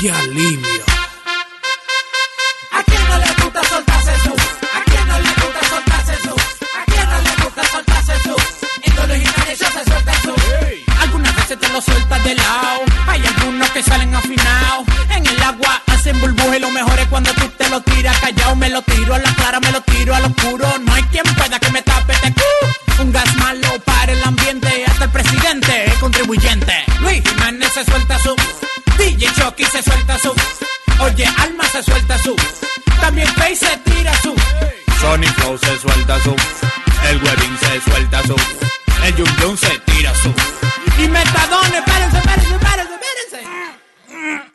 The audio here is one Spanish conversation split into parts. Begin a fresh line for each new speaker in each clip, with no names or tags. ¡Qué alivio!
¿A quién no le gusta soltarse el sus? ¿A quién no le gusta soltarse el sus? ¿A quién no le gusta soltarse el sus? En los originales ya se suelta el sus. Algunas veces te lo sueltas de lado. Hay algunos que salen afinados. En el agua hacen burbuja y lo mejor es cuando tú te lo tiras callado. Me lo tiro a la clara, me lo tiro al oscuro. No hay quien pueda que me tape este cu. Un gas malo para el ambiente. Hasta el presidente es contribuyente. Luis Jiménez se suelta su. DJ Chucky se suelta su. Oye, Alma se suelta su. También Face se tira su.
Sonic Flow se suelta su. El Webin se suelta su. El Yum Yum se tira su.
Y Metadona, espérense, espérense, espérense, espérense.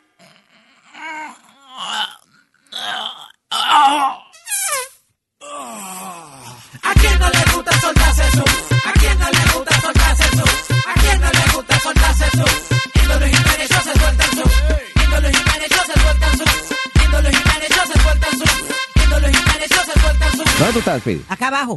¿A quién no le gusta soltarse su? ¿A quién no le gusta soltarse su? ¿A quién no le gusta soltarse su? Índolo Jiménez yo se sueltan su. Índolo Jiménez yo se sueltan su. Índolo Jiménez yo se sueltan su. Índolo Jiménez yo se sueltan su.
¿Dónde tú estás, Speedy?
Acá abajo.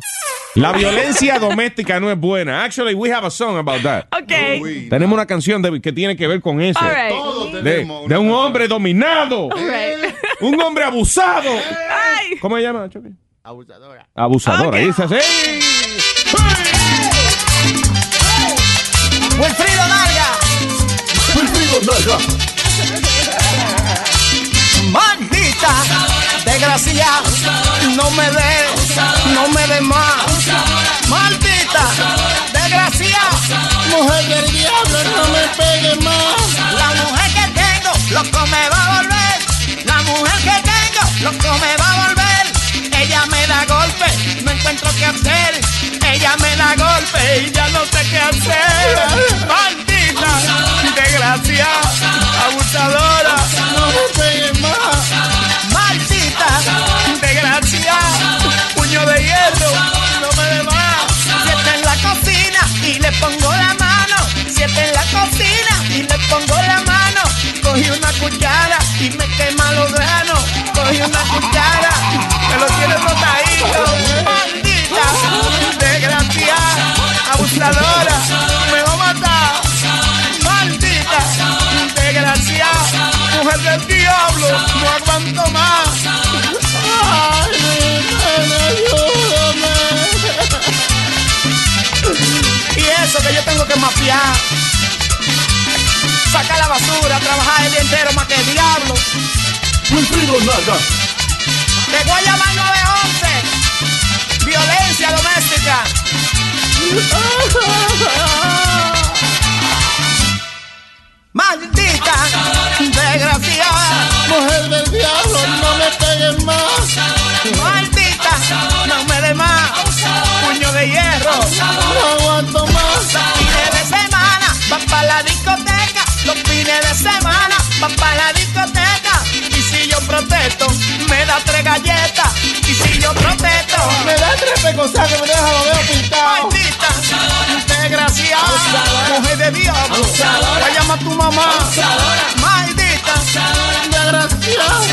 La violencia doméstica no es buena. Actually, we have a song about that.
Ok.
Tenemos una canción David, que tiene que ver con eso.
All right.
Todos
De,
tenemos
de
una-
un hombre dominado,
All right.
un hombre abusado.
Ay.
¿Cómo se llama, Chucky?
Abusadora.
Abusador.
Ok.
Ahí dice así.
Wilfrido Vargas.
Maldita desgracia, no me dé, no me dé más. Maldita desgracia, mujer del diablo, no me pegue más. La mujer que tengo, loco me va a volver. La mujer que tengo, loco me va a volver. Ella me da golpe, no encuentro qué hacer. Ella me da golpe y ya no sé qué hacer. Maldita desgracia, abusadora, no me pegue más. Maldita desgracia, puño de hierro, no me dé más. Si está en la cocina y le pongo la mano, si está en la cocina y le pongo la mano, cogí una cuchara y me quema los granos, cogí una cuchara, me lo tiene rotadito. Maldita desgracia, abusadora, me va a matar. Maldita desgracia, mujer del diablo, no aguanto más. Ay, ayúdame. Y eso que yo tengo que mafiar. Sacar la basura, trabajar el día entero más que el diablo. De Guayama 911. Violencia doméstica. Maldita desgraciada, mujer del diablo, no me peguen más. Maldita, no me dé más. Puño de hierro, no aguanto más. Fines de semana, va para la discoteca. Los fines de semana, va para la discoteca. Y si yo protesto, me da tres galletas. Y si yo protesto, me da tres pecosas que me deja lo veo pintado. Maldita, desgraciada, mujer de diablo. La llama tu mamá. Maldita, desgraciada,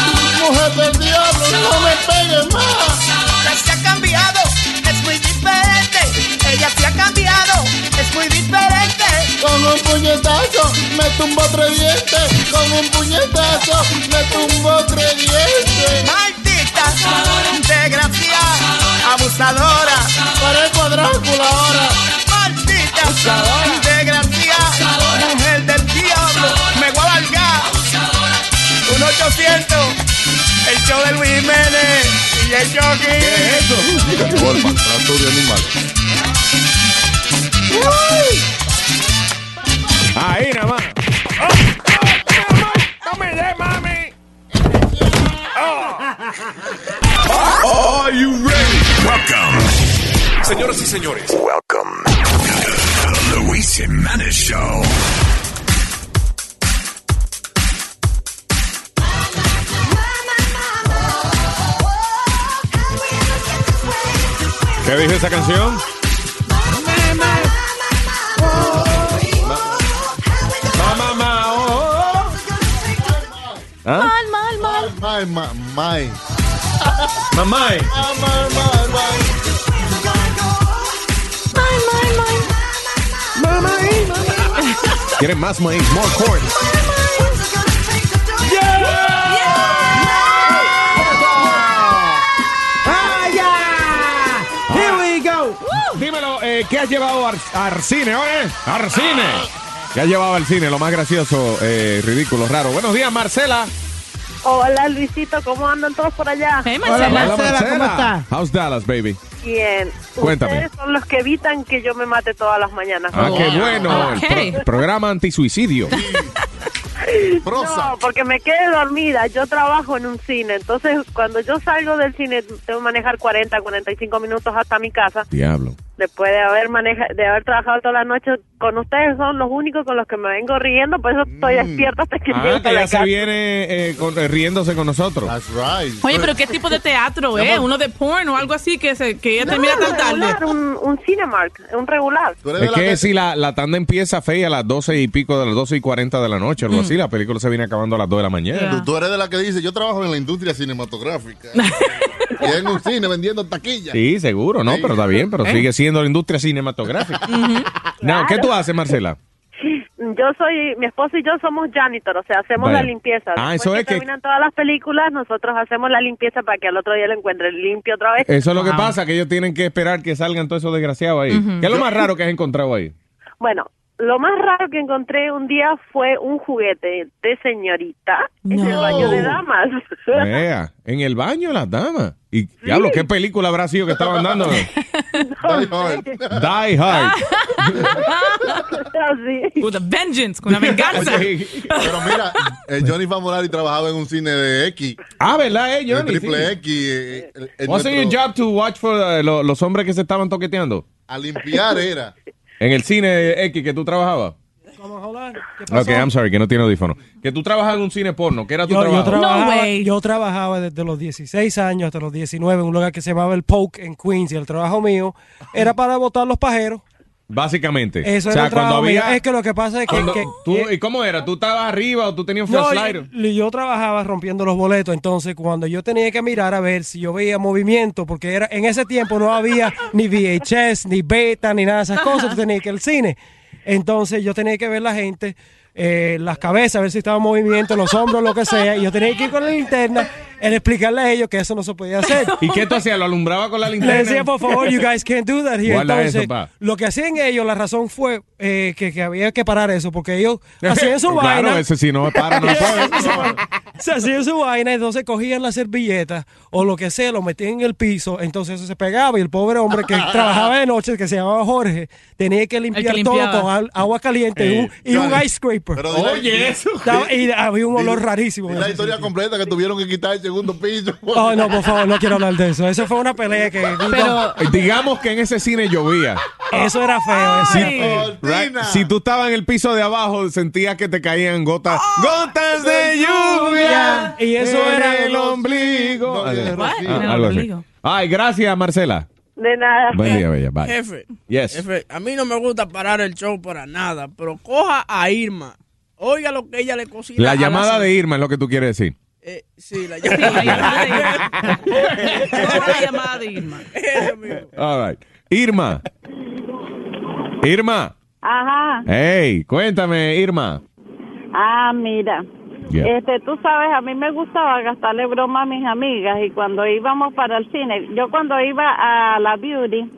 mujer del diablo, no me pegues más. Ella se ha cambiado, es muy diferente. Ella se ha cambiado, es muy diferente. Con un puñetazo me tumbo tres dientes. Con un puñetazo me tumbo tres dientes. Maldita, desgraciada, abusadora. Parezco Drácula ahora. Maldita, desgraciada, mujer del diablo. Me voy a valgar. Un 800, el show de Luis Jiménez y el jockey.
Ahí nada más. Oh, oh, no me dé, mami.
Señoras y señores, welcome. The Luis Jiménez Show.
¿Qué dice esa canción? Mamá, mamá, oh, oh. ¿Ah?
Mal, mal, mal.
My, my, my.
Mamá. eh.
Ah, my, my, my.
Mal, mal, mal.
Quieren más maíz, more corn.
Yeah!
eh, ¿qué has llevado ar- al cine, oye? ¡Al cine! ¿Qué has llevado al cine? Lo más gracioso, eh, ridículo, raro. Buenos días, Marcela.
Hola Luisito, ¿cómo andan todos por allá?
Hey, Marcela.
Marcela,
¿cómo
Ah.
está?
How's Dallas, baby?
Bien.
Cuéntame.
Ustedes son los que evitan que yo me mate todas las mañanas.
Ah,
¿no?
qué bueno. El pro-
Ok.
programa antisuicidio.
Prosa.
No, porque me quedé dormida. Yo trabajo en un cine, entonces cuando yo salgo del cine tengo que manejar 40, 45 minutos hasta mi casa.
Diablo.
Después de haber maneja, de haber trabajado toda la noche con ustedes son los únicos con los que me vengo riendo, por eso estoy despierta hasta que llego
Ah,
a
que
la
ya se
casa.
viene eh, con- eh, riéndose con nosotros.
That's right.
Oye, pero ¿qué tipo de teatro es? ¿Uno de porn o algo así que, se, que ella
No,
termina tan
regular,
tarde?
un, un Cinemark, un regular.
Tú eres de
Es
la
que si la, la tanda empieza fea a las 12 y pico de las 12 y 40 de la noche, algo así, la película se viene acabando a las 2 de la mañana.
Mm. Tú, tú eres de la que dice, yo trabajo en la industria cinematográfica. y en un cine vendiendo taquillas.
Sí, seguro, ¿no?
Sí. Eh.
Pero está bien, pero sigue siendo la industria cinematográfica. No, ¿qué tú haces, Marcela?
Yo soy, mi esposo y yo somos janitor, o sea, hacemos
Vaya.
la limpieza.
Ah,
Después
eso es que-
terminan todas las películas, nosotros hacemos la limpieza para que al otro día lo encuentren limpio otra vez.
Eso es lo que pasa, que ellos tienen que esperar que salgan todos esos desgraciados ahí. ¿Qué es lo más raro que has encontrado ahí?
Bueno, lo más raro que encontré un día fue un juguete de señorita en el
No.
baño de damas.
Vea, en el baño las damas. Y diablo, ¿qué película habrá sido que estaban dando?
Die Hard.
Die Hard.
Así.
With a vengeance, con una venganza.
Pero mira, eh, Johnny Famolari trabajaba en un cine de X,
ah, ¿verdad, eh,
de
Johnny?
triple
Sí.
X. eh, el- el
Wasn't your
nuestro-
job to watch for uh, lo- los hombres que se estaban toqueteando?
A limpiar era.
En el cine X que tú trabajabas. Ok, I'm sorry, que no tiene audífono. Que tú trabajas en un cine porno, que era tu
Yo, yo
trabajo.
trabajaba,
way.
yo trabajaba desde los 16 años hasta los 19 en un lugar que se llamaba el Poke en Queens y el trabajo mío era para botar los pajeros.
Básicamente.
Eso
o
era
sea,
el trabajo
cuando
mío.
había...
Es que lo que pasa es que...
cuando-
que-
tú-
eh,
¿Y cómo era? ¿Tú estabas arriba o tú tenías un
no,
flashlight?
yo, yo trabajaba rompiendo los boletos, entonces cuando yo tenía que mirar a ver si yo veía movimiento, porque era en ese tiempo no había ni VHS, ni beta, ni nada de esas cosas, tú tenías que ir al cine. Entonces yo tenía que ver la gente, eh, las cabezas, a ver si estaba en movimiento, los hombros, lo que sea, y yo tenía que ir con la linterna, en explicarle a ellos que eso no se podía hacer.
¿Y qué tú hacías? ¿Lo alumbraba con la linterna?
Le decía, por favor, you guys can't do that here.
Guarda
Entonces,
eso, pa.
lo que hacían ellos, la razón fue eh, que, que había que parar eso, porque ellos hacían su
claro,
vaina.
ese si no para, no puede.
Se hacían su vaina, entonces cogían la servilleta o lo que sea, lo metían en el piso, entonces eso se pegaba y el pobre hombre que trabajaba de noche, que se llamaba Jorge, tenía que limpiar todo
limpiaba.
con al- agua caliente y un, y un ice scraper.
Pero dile-
Pues, Oye, eso.
Estaba- y había un olor rarísimo.
dile la historia completa que tuvieron que quitar el segundo piso.
Oh, no, por favor, no quiero hablar de eso. Eso fue una pelea que...
Pero,
Digamos que en ese cine llovía.
Eso era feo. eso era
Ay.
feo.
Right.
Cortina.
Si tú estabas en el piso de abajo, sentías que te caían gotas.
Oh,
¡Gotas de lluvia!
Y eso
en
era-
el ombligo.
No,
Ah,
no,
What?
sí.
En el
algo así.
ombligo.
Ay, gracias, Marcela.
De nada.
Buen día, bella. Bye.
Jefe,
Yes.
jefe, a mí no me gusta parar el show para nada, pero coja a Irma. Oiga lo que ella le cocina.
La
a
llamada de Irma es lo que tú quieres decir.
Eh, sí, la
sí, la
llamada
llamada de
de Irma.
Irma. Coja la llamada de Irma.
Eso mismo.
All right. Irma. Irma.
Ajá.
Hey, cuéntame, Irma.
Ah, mira.
Yeah.
Este, tú sabes, a mí me gustaba gastarle broma a mis amigas y cuando íbamos para el cine, yo cuando iba a la beauty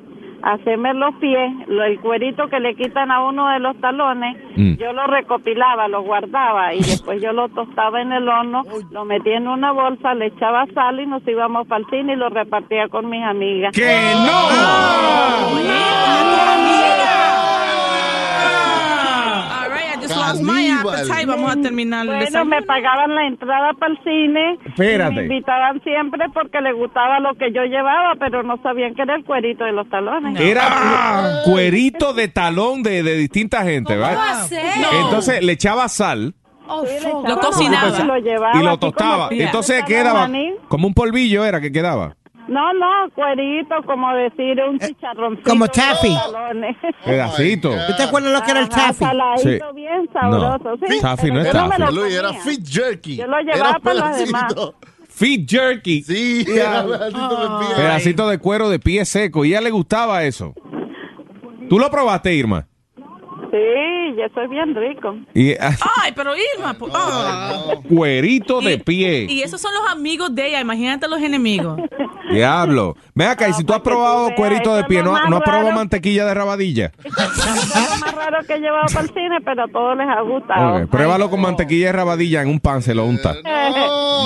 a hacerme los pies, lo- el cuerito que le quitan a uno de los talones,
Mm.
yo lo recopilaba, lo guardaba y después yo lo tostaba en el horno, lo metía en una bolsa, le echaba sal y nos íbamos para el cine y lo repartía con mis amigas.
¡Que no!
All right, I just lost my appetite. pues, Vamos a terminar el
Bueno,
desayuno.
me pagaban la entrada para el cine.
Espérate.
y Me invitaban siempre porque les gustaba lo que yo llevaba, pero no sabían que era el cuerito de los talones.
Era cuerito de talón de, de distinta gente,
Ah. ¿Cómo va
¿verdad?
a ser?
Entonces le echaba sal.
Oh,
Sí, le
fuck.
echaba
Lo cocinaba.
maní, Lo llevaba
y lo
así como
tostaba.
si
Entonces
fuera
quedaba
maní.
como un polvillo era que quedaba.
No, no, cuerito, como decir un chicharroncito.
como
de los
taffy.
talones.
Eh, Pedacito.
God.
¿Tú te acuerdas lo que era el
Ajá,
taffy?
saladito,
Sí.
bien sabroso.
No.
Sí,
Taffy
pero
no
yo
es
me
taffy.
lo
Luis, era
comía.
fit jerky.
Yo lo llevaba
Era
para las demás.
pedacito.
Feed jerky.
Sí, era pedacito de pie.
Pedacito de cuero de pie seco. Y a ella le gustaba eso. ¿Tú lo probaste, Irma?
Sí, yo soy bien rico.
Y, ah,
Ay, pero Irma. po- ah.
cuerito de
Y
pie.
esos son los amigos de ella, imagínate los enemigos.
Diablo. Ve acá, y si tú has probado
veas,
cuerito de
Ah, pues, eso
pie,
es
¿no,
lo más
no has probado
raro.
mantequilla de rabadilla?
lo más raro que he llevado para el cine, pero a todos les ha gustado.
Ok, Pruébalo con mantequilla de rabadilla en un pan, se lo unta.
Eh,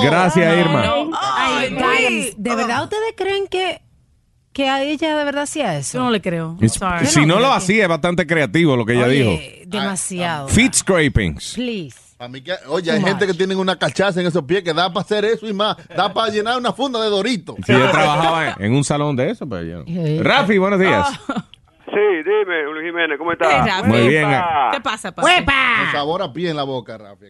Gracias, Irma.
Ay, guys, ¿de verdad ustedes creen que, que a ella de verdad hacía eso? Yo no
le creo.
Es- Si no lo hacía, es bastante creativo lo que ella dijo.
Demasiado.
Feet scrapings.
Please.
A mí que, oye, hay gente que tienen una cachaza en esos pies que da para hacer eso y más. Da para llenar una funda de dorito.
Si yo trabajaba en, en un salón de eso, pero yo no. Rafi, buenos días.
Sí, dime, Luis Jiménez, ¿cómo estás?
Muy bien.
Ah.
ah.
¿Qué pasa, pa?
¡Huepa! sabor a pie en la boca, Rafi.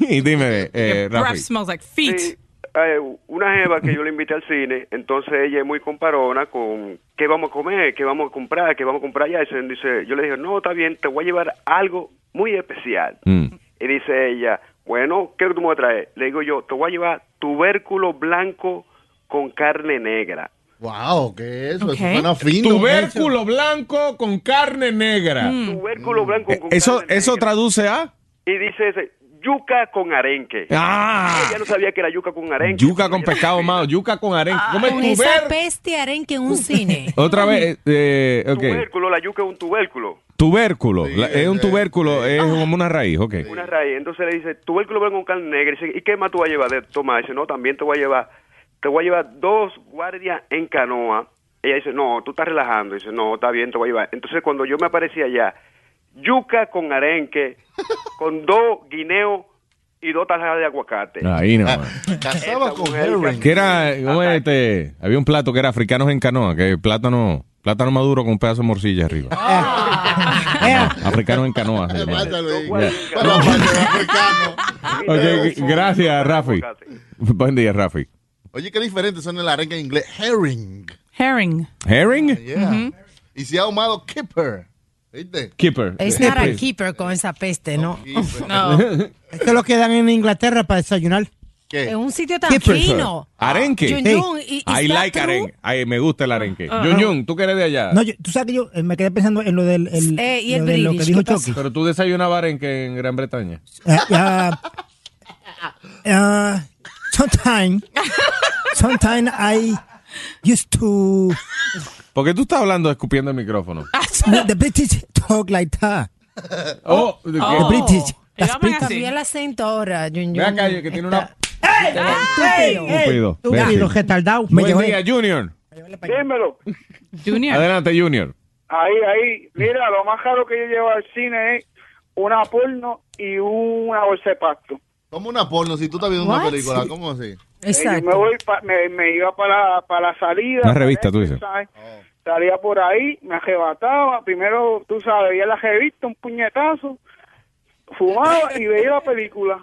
Y Dime, eh,
Breath
Rafi.
smells like feet.
Sí, eh, una jeva que yo le invité al cine, entonces ella es muy comparona con qué vamos a comer, qué vamos a comprar, qué vamos a comprar ya. Y se- dice, yo le dije, no, está bien, te voy a llevar algo muy especial.
Mm.
Y dice ella, bueno, ¿qué tú me vas a traer? Le digo yo, te voy a llevar tubérculo blanco con carne negra.
Wow, ¿qué es eso? Eso
Ok.
suena fino.
Tubérculo blanco con carne negra.
Mm.
Mm.
Mm. Eh,
Tubérculo blanco con
Eso, eso traduce a
Y dice ese, yuca con arenque.
eh. Ah.
Ella no sabía que era yuca con arenque.
yuca con pescado, mao, yuca con arenque. Come
Con esa
tuber-
peste arenque en un cine.
Otra vez, eh, ok.
Tubérculo, la yuca es un tubérculo.
Tubérculo. La- es un tubérculo, es como una raíz, ok.
Una raíz. Entonces le dice, tu vehículo con carne negra. Y dice, ¿y qué más tú vas a llevar de tomar? Dice, no, también te voy a llevar, te voy a llevar dos guardias en canoa. Ella dice, no, tú estás relajando. Dice, no, está bien, te voy a llevar. Entonces cuando yo me aparecí allá, yuca con arenque, con dos guineos y dos tajadas de aguacate.
Ahí no. man.
Ah, Casaba con
Que era, ¿cómo es este? Había un plato que era africanos en canoa, que plátano, plátano maduro con un pedazo de morcilla arriba.
Ah.
Eh,
Africanos en canoa. se llamaba. Yeah. Ok, gracias, Rafi. Buen día, Rafi.
Oh. Oye, qué diferente son el arenque en inglés. Herring. Oh,
Herring. Mm-hmm.
Herring?
Yeah. Y si ha ahumado kipper. ¿Viste?
Keeper.
Es not
pues.
a keeper con esa peste, Eh, ¿no?
No.
Esto es lo que dan en Inglaterra para desayunar.
En un sitio tan
Keeper.
fino.
Arenque.
Yun Yun, ¿y- is
I
that
like
true?
arenque. Ay, me gusta el arenque.
Ah.
Yun Yun, ¿tú que eres de allá?
No, yo- tú sabes que yo eh, me quedé pensando en lo del el-
Eh, y el
lo, de lo que
British,
dijo
¿qué pasó?
Chucky.
Pero tú desayunabas arenque en Gran Bretaña.
Ah, ah, ah, sometime, sometime I used to
¿Por qué tú estás hablando escupiendo el micrófono?
Ah,
no, the British talk like that.
Oh, ¿de qué?
the British.
Ellos
Las
hablan
British.
así. el acento ahora, Jun
Ve
Jun.
acá, que tiene una-
Estúpido.
Estúpido.
Estúpido,
Imbécil.
retardado. Me
Buen
llegó
día, Junior.
Dímelo.
Adelante, Junior.
Ahí, ahí. Mira, lo más caro que yo llevo al cine es una porno y una bolsa de pasto.
Como una porno, si tú estás viendo una
What?
película, ¿cómo así?
Eh, yo me, voy pa- me, me iba para la, para la salida.
Una revista, tú dices.
¿sabes? Salía por ahí, me arrebataba. Primero, tú sabes, veía la revista, un puñetazo. Fumaba y veía la película.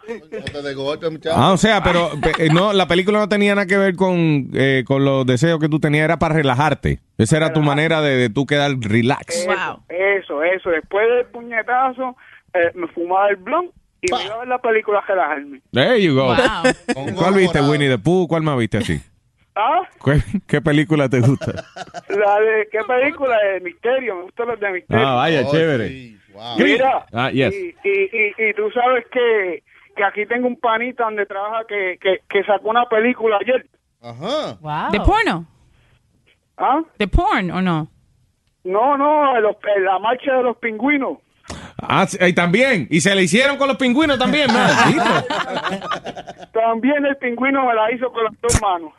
Ah, o sea, pero pe- eh, no, la película no tenía nada que ver con, eh, con los deseos que tú tenías, era para relajarte. Esa era tu manera de, de tú quedar relax.
Eso, eso, eso. Después del puñetazo, eh, me fumaba el blon y me iba a ver la película a relajarme.
There you go.
Wow.
¿Cuál viste, Winnie the Pooh? ¿Cuál más viste así?
¿Ah?
¿Qué, qué película te gusta?
La de, ¿Qué película? De misterio. Me gustan las de misterio.
Ah, vaya, chévere. Chris-
Mira,
Ah, yes.
y, y, y, y tú sabes que, que aquí tengo un panita donde trabaja que, que, que sacó una película ayer.
Ajá.
¿De porno?
¿Ah?
¿De porn o no?
No, no, los- la marcha de los pingüinos.
Ah, sí, y también. Y se le hicieron con los pingüinos también, maldito.
También el pingüino me la hizo con las dos manos.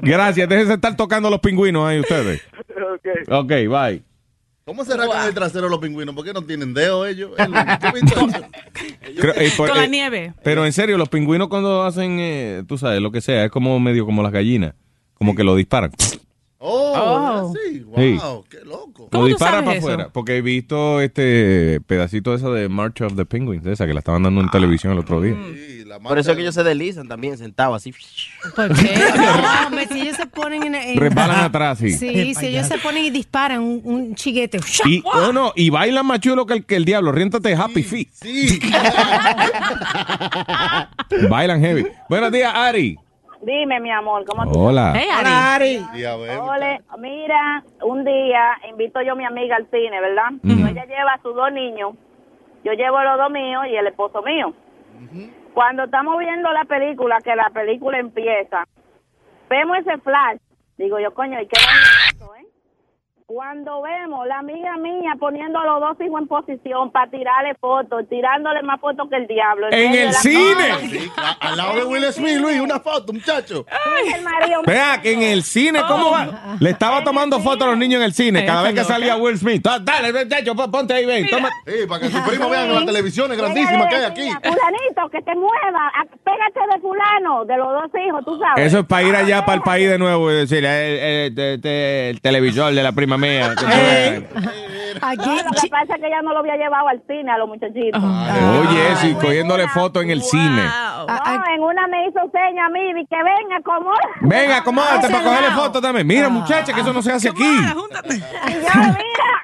Gracias, déjense estar tocando los pingüinos ahí ustedes.
Ok.
Ok, bye.
¿Cómo se rascan el trasero los pingüinos? ¿Por qué no tienen dedos ellos? ¿Qué pinta?
Creo- eh, por-
Con la
eh,
nieve.
Pero en serio, los pingüinos cuando hacen, eh, tú sabes, lo que sea, es como medio como las gallinas, como que lo disparan.
Oh, sí, wow, qué loco.
Lo disparan para afuera, porque he visto este pedacito eso de March of the Penguins, esa que la estaban dando en televisión el otro día.
Por eso es que ellos se deslizan también, sentados así.
¿Por qué? No, hombre, si ellos se ponen en... en-
Resbalan atrás, sí.
Sí, si ellos se ponen y disparan un, un chiguete.
Y, oh, no, y bailan más chulo que el, que el diablo, riéntate Happy Feet. Bailan heavy. Buenos días, Ari.
Dime, mi amor, ¿cómo tú
Hola.
estás?
Hey,
Hola,
Ari.
Ole, mira, un día invito yo a mi amiga al cine, ¿verdad? Pues
Mm.
Ella lleva a sus dos niños, yo llevo los dos míos y el esposo mío. Cuando estamos viendo la película, que la película empieza, vemos ese flash, digo yo, coño, ¿y qué bonito, eh? Cuando vemos la amiga mía poniendo a los dos hijos en posición para tirarle fotos, tirándole más fotos que el diablo.
¡En
medio
el
de la-
cine! Ah, Sí, a- al lado de Will Smith, Luis, una foto, muchacho.
El marido
Vea, que en el cine, ¿cómo va? Le estaba tomando fotos a los niños en el cine cada vez que salía Will Smith. Ah, Dale, muchacho, pon- ponte ahí, ven. Toma.
Sí, para que sus primos vean las televisiones grandísimas que hay aquí.
Fulanito, que te mueva, a- pégate de fulano, de los dos hijos, tú sabes.
Eso es para ir allá para el país de nuevo y decirle, eh, eh, te- te- el televisor de la prima mía.
No, lo que pasa es que ya no lo había llevado al cine a los muchachitos.
Ah, Oye, sí, cogiéndole fotos en el cine.
No, en una me hizo seña a mí, di que venga, como
Venga, acomódate para cogerle fotos también. Mira, muchacha, que eso no se hace aquí.
mira,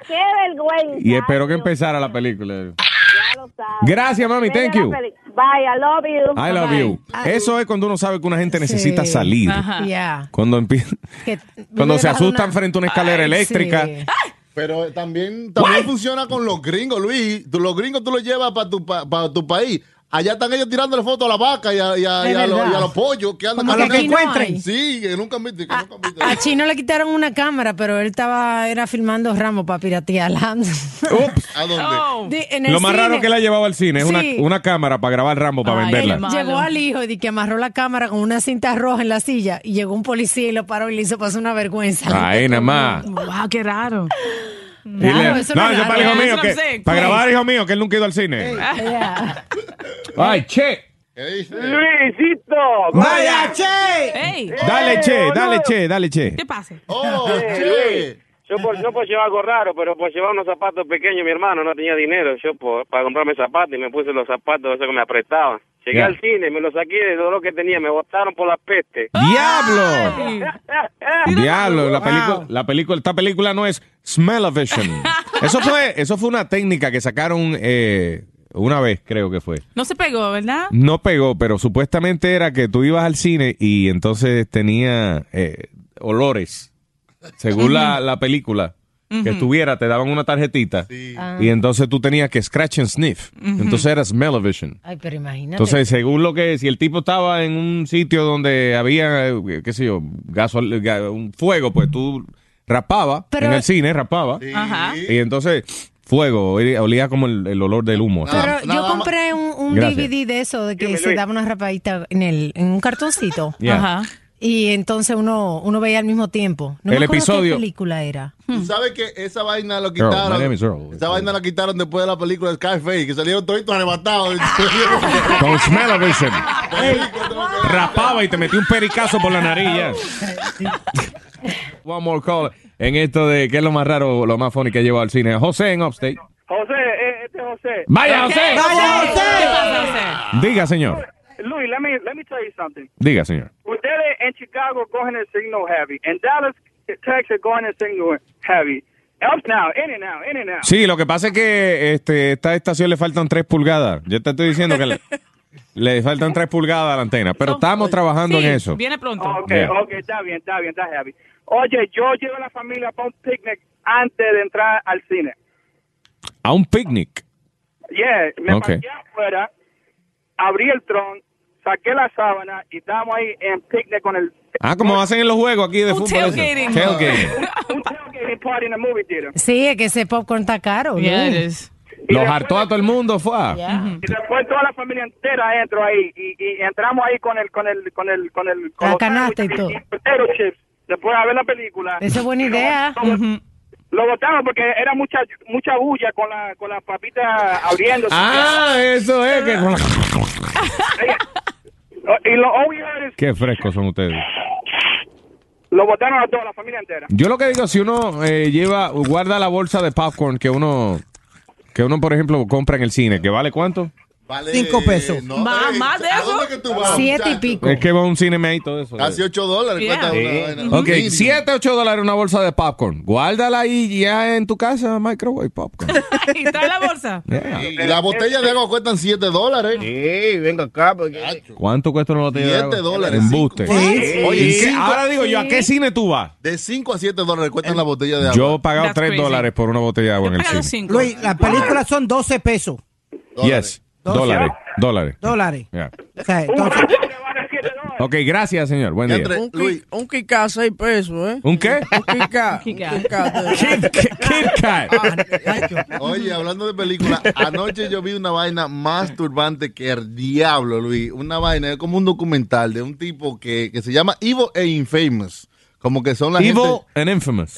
qué vergüenza.
Y espero que empezara la película. Gracias, mami. Thank you.
Bye, I love you.
I love you. Eso es cuando uno sabe que una gente necesita salir.
Yeah.
Cuando empieza,
Que
cuando
vive
se
bajo
asustan
una-
frente a una escalera
Ay,
eléctrica.
sí.
Pero también, también funciona con los gringos, Luis. Tú- los gringos tú los llevas para tu, pa- pa' tu país. Allá están ellos tirándole fotos a la vaca y a, y a-
Es
y a los,
verdad.
y a los pollos que andan
Como que
caminando.
aquí no hay.
Sí, que nunca han visto. que nunca han visto.
A Chino le quitaron una cámara, pero él estaba era filmando Ramos para piratearla.
¿A
Ah.
dónde?
De- en el
Lo más raro
cine.
que la llevaba al cine es una,
Sí.
una cámara para grabar Rambo, para venderla.
Llegó al hijo y di que amarró la cámara con una cinta roja en la silla y llegó un policía y lo paró y le hizo pasar una vergüenza.
Ahí nada más.
Wow, qué raro.
Y le- no, eso
eso no es
es para el
raro.
hijo
That's
mío,
what
que-
I'm saying,
para
please.
grabar hijo mío, que él nunca ha ido al cine. Ay, che.
Luisito.
Vaya,
che.
Eh,
Dale, che, dale, che, dale, che.
pasa?
Oh,
Eh, Luis, Yo por, yo por llevar algo raro, pero por llevar unos zapatos pequeños, mi hermano no tenía dinero. Yo por, para comprarme zapatos y me puse los zapatos, eso que me apretaban. Llegué
Ya.
al cine, me los saqué de todo lo que tenía, me botaron por la peste.
¡Diablo! Diablo, la película, la película, esta película no es Smell-O-Vision. Eso fue, eso fue una técnica que sacaron eh, una vez, creo que fue.
No se pegó, ¿verdad?
No pegó, pero supuestamente era que tú ibas al cine y entonces tenía eh, olores. Según la, la película
Ujú.
que estuviera, te daban una tarjetita
Ah.
y entonces tú tenías que scratch and sniff.
Ujú.
Entonces era smell-o-vision.
Ay, pero imagínate.
Entonces, según lo que, si el tipo estaba en un sitio donde había, eh, qué sé yo, gasol- ga- un fuego, pues tú rapaba
Pero-
en el cine, rapaba.
Ajá.
Y entonces, fuego, olía- olía como el, el olor del humo. así.
Pero yo compré un, un
Gracias.
DVD de eso, de que
Dime,
se
Luis.
daba una rapadita en, el, en un cartoncito.
Yeah.
Y entonces uno, uno veía al mismo tiempo. No me
El
acuerdo
episodio-
qué película era.
Tú sabes que esa vaina lo
Earl,
quitaron.
my name is Earl.
Esa vaina la quitaron después de la película de Skyface, que salieron toditos arrebatados.
Con smell-o-vision. Rapaba y te metí un pericazo por la nariz. ya. One more call. En esto de qué es lo más raro, lo más funny que ha llevado al cine. José en Upstate.
José, eh, este es José.
Vaya, José.
Vaya, José.
¿Qué pasa,
Diga, señor.
José? Luis, let me, let me tell you something.
Diga, señor.
Ustedes en Chicago cogen el signo heavy. En Dallas, Texas, cogen el signo heavy. Up now, in and out, in and out.
Sí, lo que pasa es que este, esta estación le faltan tres pulgadas. Yo te estoy diciendo que le, le faltan tres pulgadas a la antena, pero estamos trabajando en eso.
Viene pronto. Ah, Ok,
Yeah.
ok, está bien, está bien, está heavy. Oye, yo llevo a la familia para un picnic antes de entrar al cine.
A un picnic.
Yeah, me
Ok.
parqué afuera, abrí el tron, saqué la sábana y estábamos ahí en picnic con el...
Ah, como hacen en los juegos aquí de
Un
fútbol. eso.
tailgating.
Tailgating.
un tailgating party in a movie theater.
Sí, es que ese popcorn está caro.
Yeah,
¿no?
it
Los hartó a todo el mundo, fue.
Y después toda la familia entera entró ahí y, y entramos ahí con el con el con el con el con
La
los
canasta y
sándwiches
todo.
potato chips. Después a ver la película.
Esa es buena idea.
Lo botamos porque era mucha mucha bulla con la con las papitas abriéndose.
Ah, eso es. Que...
Y lo all we heard is,
Qué frescos son ustedes.
lo botaron a toda la familia entera.
Yo lo que digo, si uno eh, lleva, guarda la bolsa de popcorn que uno, que uno, por ejemplo, compra en el cine, que vale cuánto?
Eh,
Cinco pesos.
Va, más de eso.
Siete y pico.
Es que va a un cinema y todo eso.
Casi 8 dólares
Yeah.
cuesta una
Sí.
vaina.
Ok, 7, 8 dólares una bolsa de popcorn. Guárdala ahí ya en tu casa, microwave popcorn.
¿Y trae la bolsa?
Yeah.
Y las botellas de agua cuestan 7 dólares.
Sí, venga acá. Porque...
¿Cuánto cuesta una botella de
Siete
agua?
dólares,
Embuste.
cinco. Sí.
Sí.
Oye,
¿Y
sí.
qué- ahora digo yo, ¿a qué
Sí.
cine tú vas?
De 5 a 7 dólares cuestan las botellas de agua.
Yo he pagado
That's
3
crazy.
dólares por una botella de agua en el cine.
Luis, las películas son 12 pesos.
Yes, dólares, dólares.
Dólares.
Yeah.
O sea, entonces,
Ok, gracias, señor. Buen día.
Un ki- Un kika, seis pesos, ¿eh?
¿Un qué?
Un kika. Un kika.
Oye, hablando de películas, anoche yo vi una vaina más turbante que el diablo, Luis. Una vaina, es como un documental de un tipo que, que se llama Evil e Infamous. Como que son las
Evil and infamous.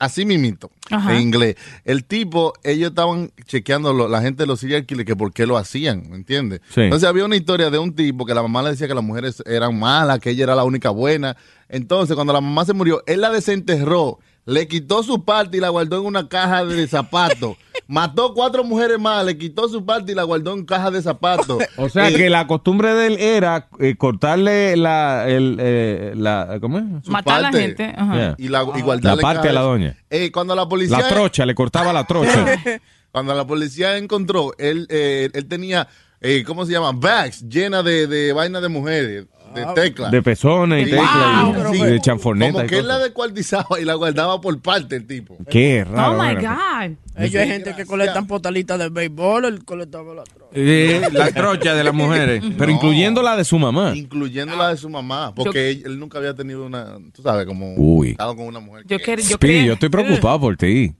así mimito,
Ajá.
en inglés. El tipo, ellos estaban chequeando, lo- la gente de los serial killers, que por qué lo hacían, ¿me entiendes?
Sí.
Entonces había una historia de un tipo que la mamá le decía que las mujeres eran malas, que ella era la única buena. Entonces, cuando la mamá se murió, él la desenterró, le quitó su parte y la guardó en una caja de zapatos. Mató cuatro mujeres más, le quitó su parte y la guardó en caja de zapatos.
O sea que la costumbre de él era eh, cortarle la, el, eh, la. ¿Cómo es?
Matar a la parte. gente, ajá. Y la- y guardarle
parte
cada-
a la doña.
Eh, cuando la policía...
La trocha, le cortaba la trocha.
Cuando la policía encontró, él, eh, él tenía, eh, ¿cómo se llama? Bags llena de, de vaina de mujeres, de
Ah,
teclas.
de pezones y
Sí.
tecla y-
Wow,
y
pero-
de chanfoneta.
Como
y
que él
cosas.
la descuartizaba y la guardaba por parte el tipo.
Qué
Oh
Oh
raro. bueno. pues.
God. Ellos hay gente que colectan potalitas de béisbol, él colectaba la otra.
Eh, la trocha de las mujeres. Pero incluyendo la de su mamá.
Incluyendo la de su mamá, porque él, él nunca había tenido una, tú sabes, como
Uy.
estado con una mujer.
Yo quiero, yo
Speedy,
quiero.
yo estoy preocupado por ti.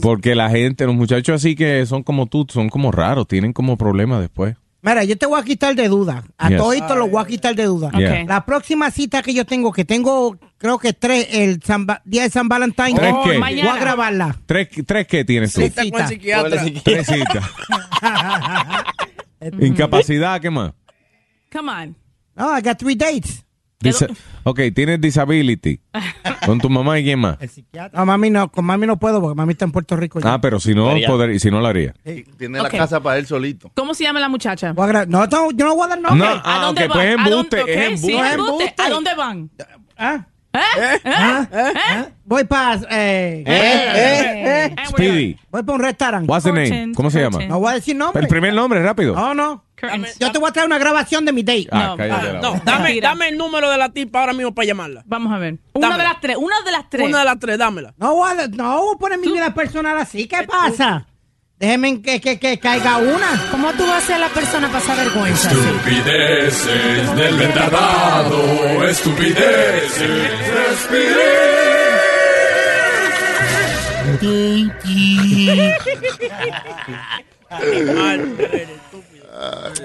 Porque la gente, los muchachos así que son como tú, son como raros, tienen como problemas después.
Mira, yo te voy a quitar de duda. A
Yes.
todo esto lo voy a quitar de duda.
Yeah. Ok.
La próxima cita que yo tengo, que tengo creo que tres, el San Va- día de San Valentín,
¿Tres qué?
voy a
Oh, Mañana.
grabarla.
¿Tres, tres qué tienes tú?
Tres citas. Con el psiquiatra.
Tres citas. Mm. Incapacidad, ¿qué más?
Come on.
No, I got three dates.
Disa- ok, tienes disability. Con tu mamá y quién más.
No, mami no, con mami no puedo porque mami está en Puerto Rico. ya.
Ah, pero si no,
María.
poder, si no lo haría.
Tiene
Ok.
la casa para él solito.
¿Cómo se llama la muchacha?
Voy a gra- No, no, yo no voy a dar
No,
nombre.
ah, ok, pues es
¿A
embuste,
dónde- ok,
es
sí,
embuste.
embuste. ¿A dónde van?
¿Ah? ¿Ah? ¿Ah? Voy para... Eh,
eh, eh. Speedy.
Voy para un restaurante.
What's the name? ¿Cómo se llama?
No voy a decir nombre. Ah.
El primer nombre, rápido.
No, no. Yo te voy a traer una grabación de mi date.
Ah, cállate la
No,
boca.
dame, dame el número de la tipa ahora mismo para llamarla.
Vamos a ver. Una de las tres, una de las tres.
Una de las tres, dámela.
No, voy a- no voy a poner mi vida personal así. ¿Qué pasa? Déjenme que, que, que caiga una.
¿Cómo tú vas a ser la persona pasar vergüenza? sí?
Estupideces del retardado, estupideces.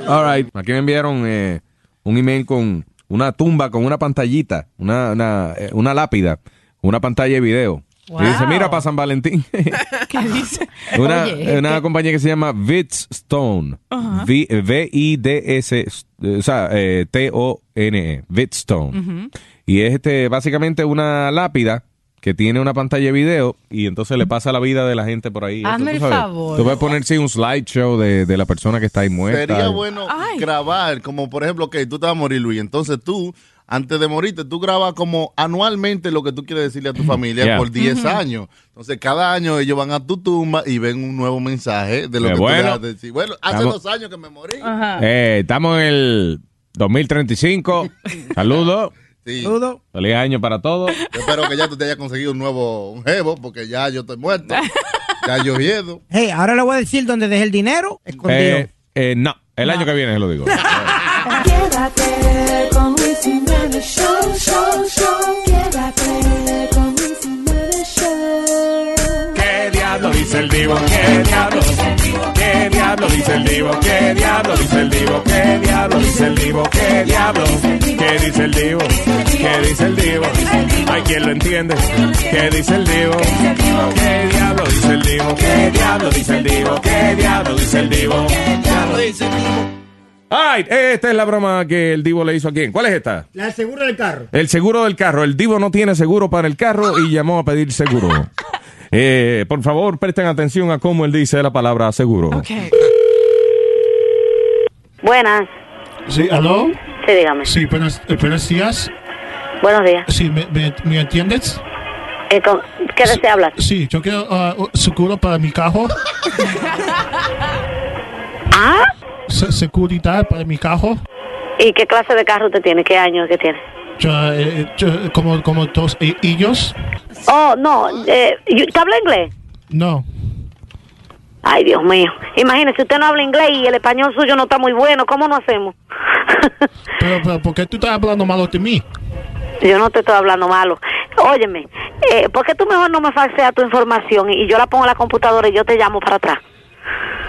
All right. Aquí me enviaron eh, un email con una tumba, con una pantallita, una, una, eh, una lápida, una pantalla de video.
Wow.
Y dice, mira, para San Valentín.
¿Qué dice?
una
Oye, este,
una
este
¿qué?
compañía que se llama Vids Stone.
Ajá.
V- V-I-D-S, eh, o sea, eh, T-O-N-E.
Mm.
Vidstone.
Ujú.
Y es este, básicamente una lápida que tiene una pantalla de video y entonces le pasa la vida de la gente por ahí.
Hazme
Esto,
el
tú sabes,
favor.
Tú puedes poner, sí, un slideshow de, de la persona que está ahí muerta. Eh,
Sería bueno grabar, como por ejemplo, que tú te vas a morir, Luis. Entonces tú, antes de morirte, tú grabas como anualmente lo que tú quieres decirle a tu familia
Yeah.
por 10
Ujú.
años. Entonces cada año ellos van a tu tumba y ven un nuevo mensaje de lo
Qué
que
bueno.
tú dejaste de decir. Bueno, hace
Vamos.
dos años que me morí.
Eh, estamos en el 2035. Saludos.
Sí.
Feliz año para todos.
Yo espero que ya tú te hayas conseguido un nuevo un jevo, porque ya yo estoy muerto. ya yo llego.
Hey, ahora le voy a decir dónde dejé el dinero. Escondido.
Eh, eh, no, el año que viene se lo digo.
Quédate con Luis Jiménez Show, show, show. Quédate con Luis Jiménez Show.
¿Qué diablo dice el divo? ¿Qué diablo? ¿Qué diablo dice el divo? ¿Qué diablo dice el divo? ¿Qué diablo dice el divo? ¿Qué diablo? ¿Qué dice el divo? ¿Qué dice el divo? Hay quien lo entiende. ¿Qué dice el divo? ¿Qué diablo dice el divo? ¿Qué diablo dice el divo? ¿Qué diablo dice el divo?
All right, esta es la broma que el Divo le hizo a quién. ¿Cuál es esta?
La seguro del carro.
El seguro del carro. El Divo no tiene seguro para el carro y llamó a pedir seguro. Eh, por favor, presten atención a cómo él dice la palabra seguro.
Buenas.
Sí, ¿aló?
Sí, dígame.
Sí, buenos, eh, buenos días.
Buenos días.
Sí, ¿me, me, me entiendes?
Eh, con- ¿Qué desea hablar?
Sí, yo quiero ah, un seguro para mi carro.
¿Ah?
Se- seguridad para mi carro.
¿Y qué clase de carro usted tiene? ¿Qué año que tiene?
Yo, eh, yo- como, como dos eh, ellos.
Oh,
Ah.
no. Eh, ¿y ¿Usted habla inglés?
No.
Ay, Dios mío. Imagínese, usted no habla inglés y el español suyo no está muy bueno. ¿Cómo no hacemos?
Pero, pero, ¿por qué tú estás hablando malo de mí?
Yo no te estoy hablando malo. Óyeme, eh, ¿por qué tú mejor no me faxeas tu información y yo la pongo en la computadora y yo te llamo para atrás?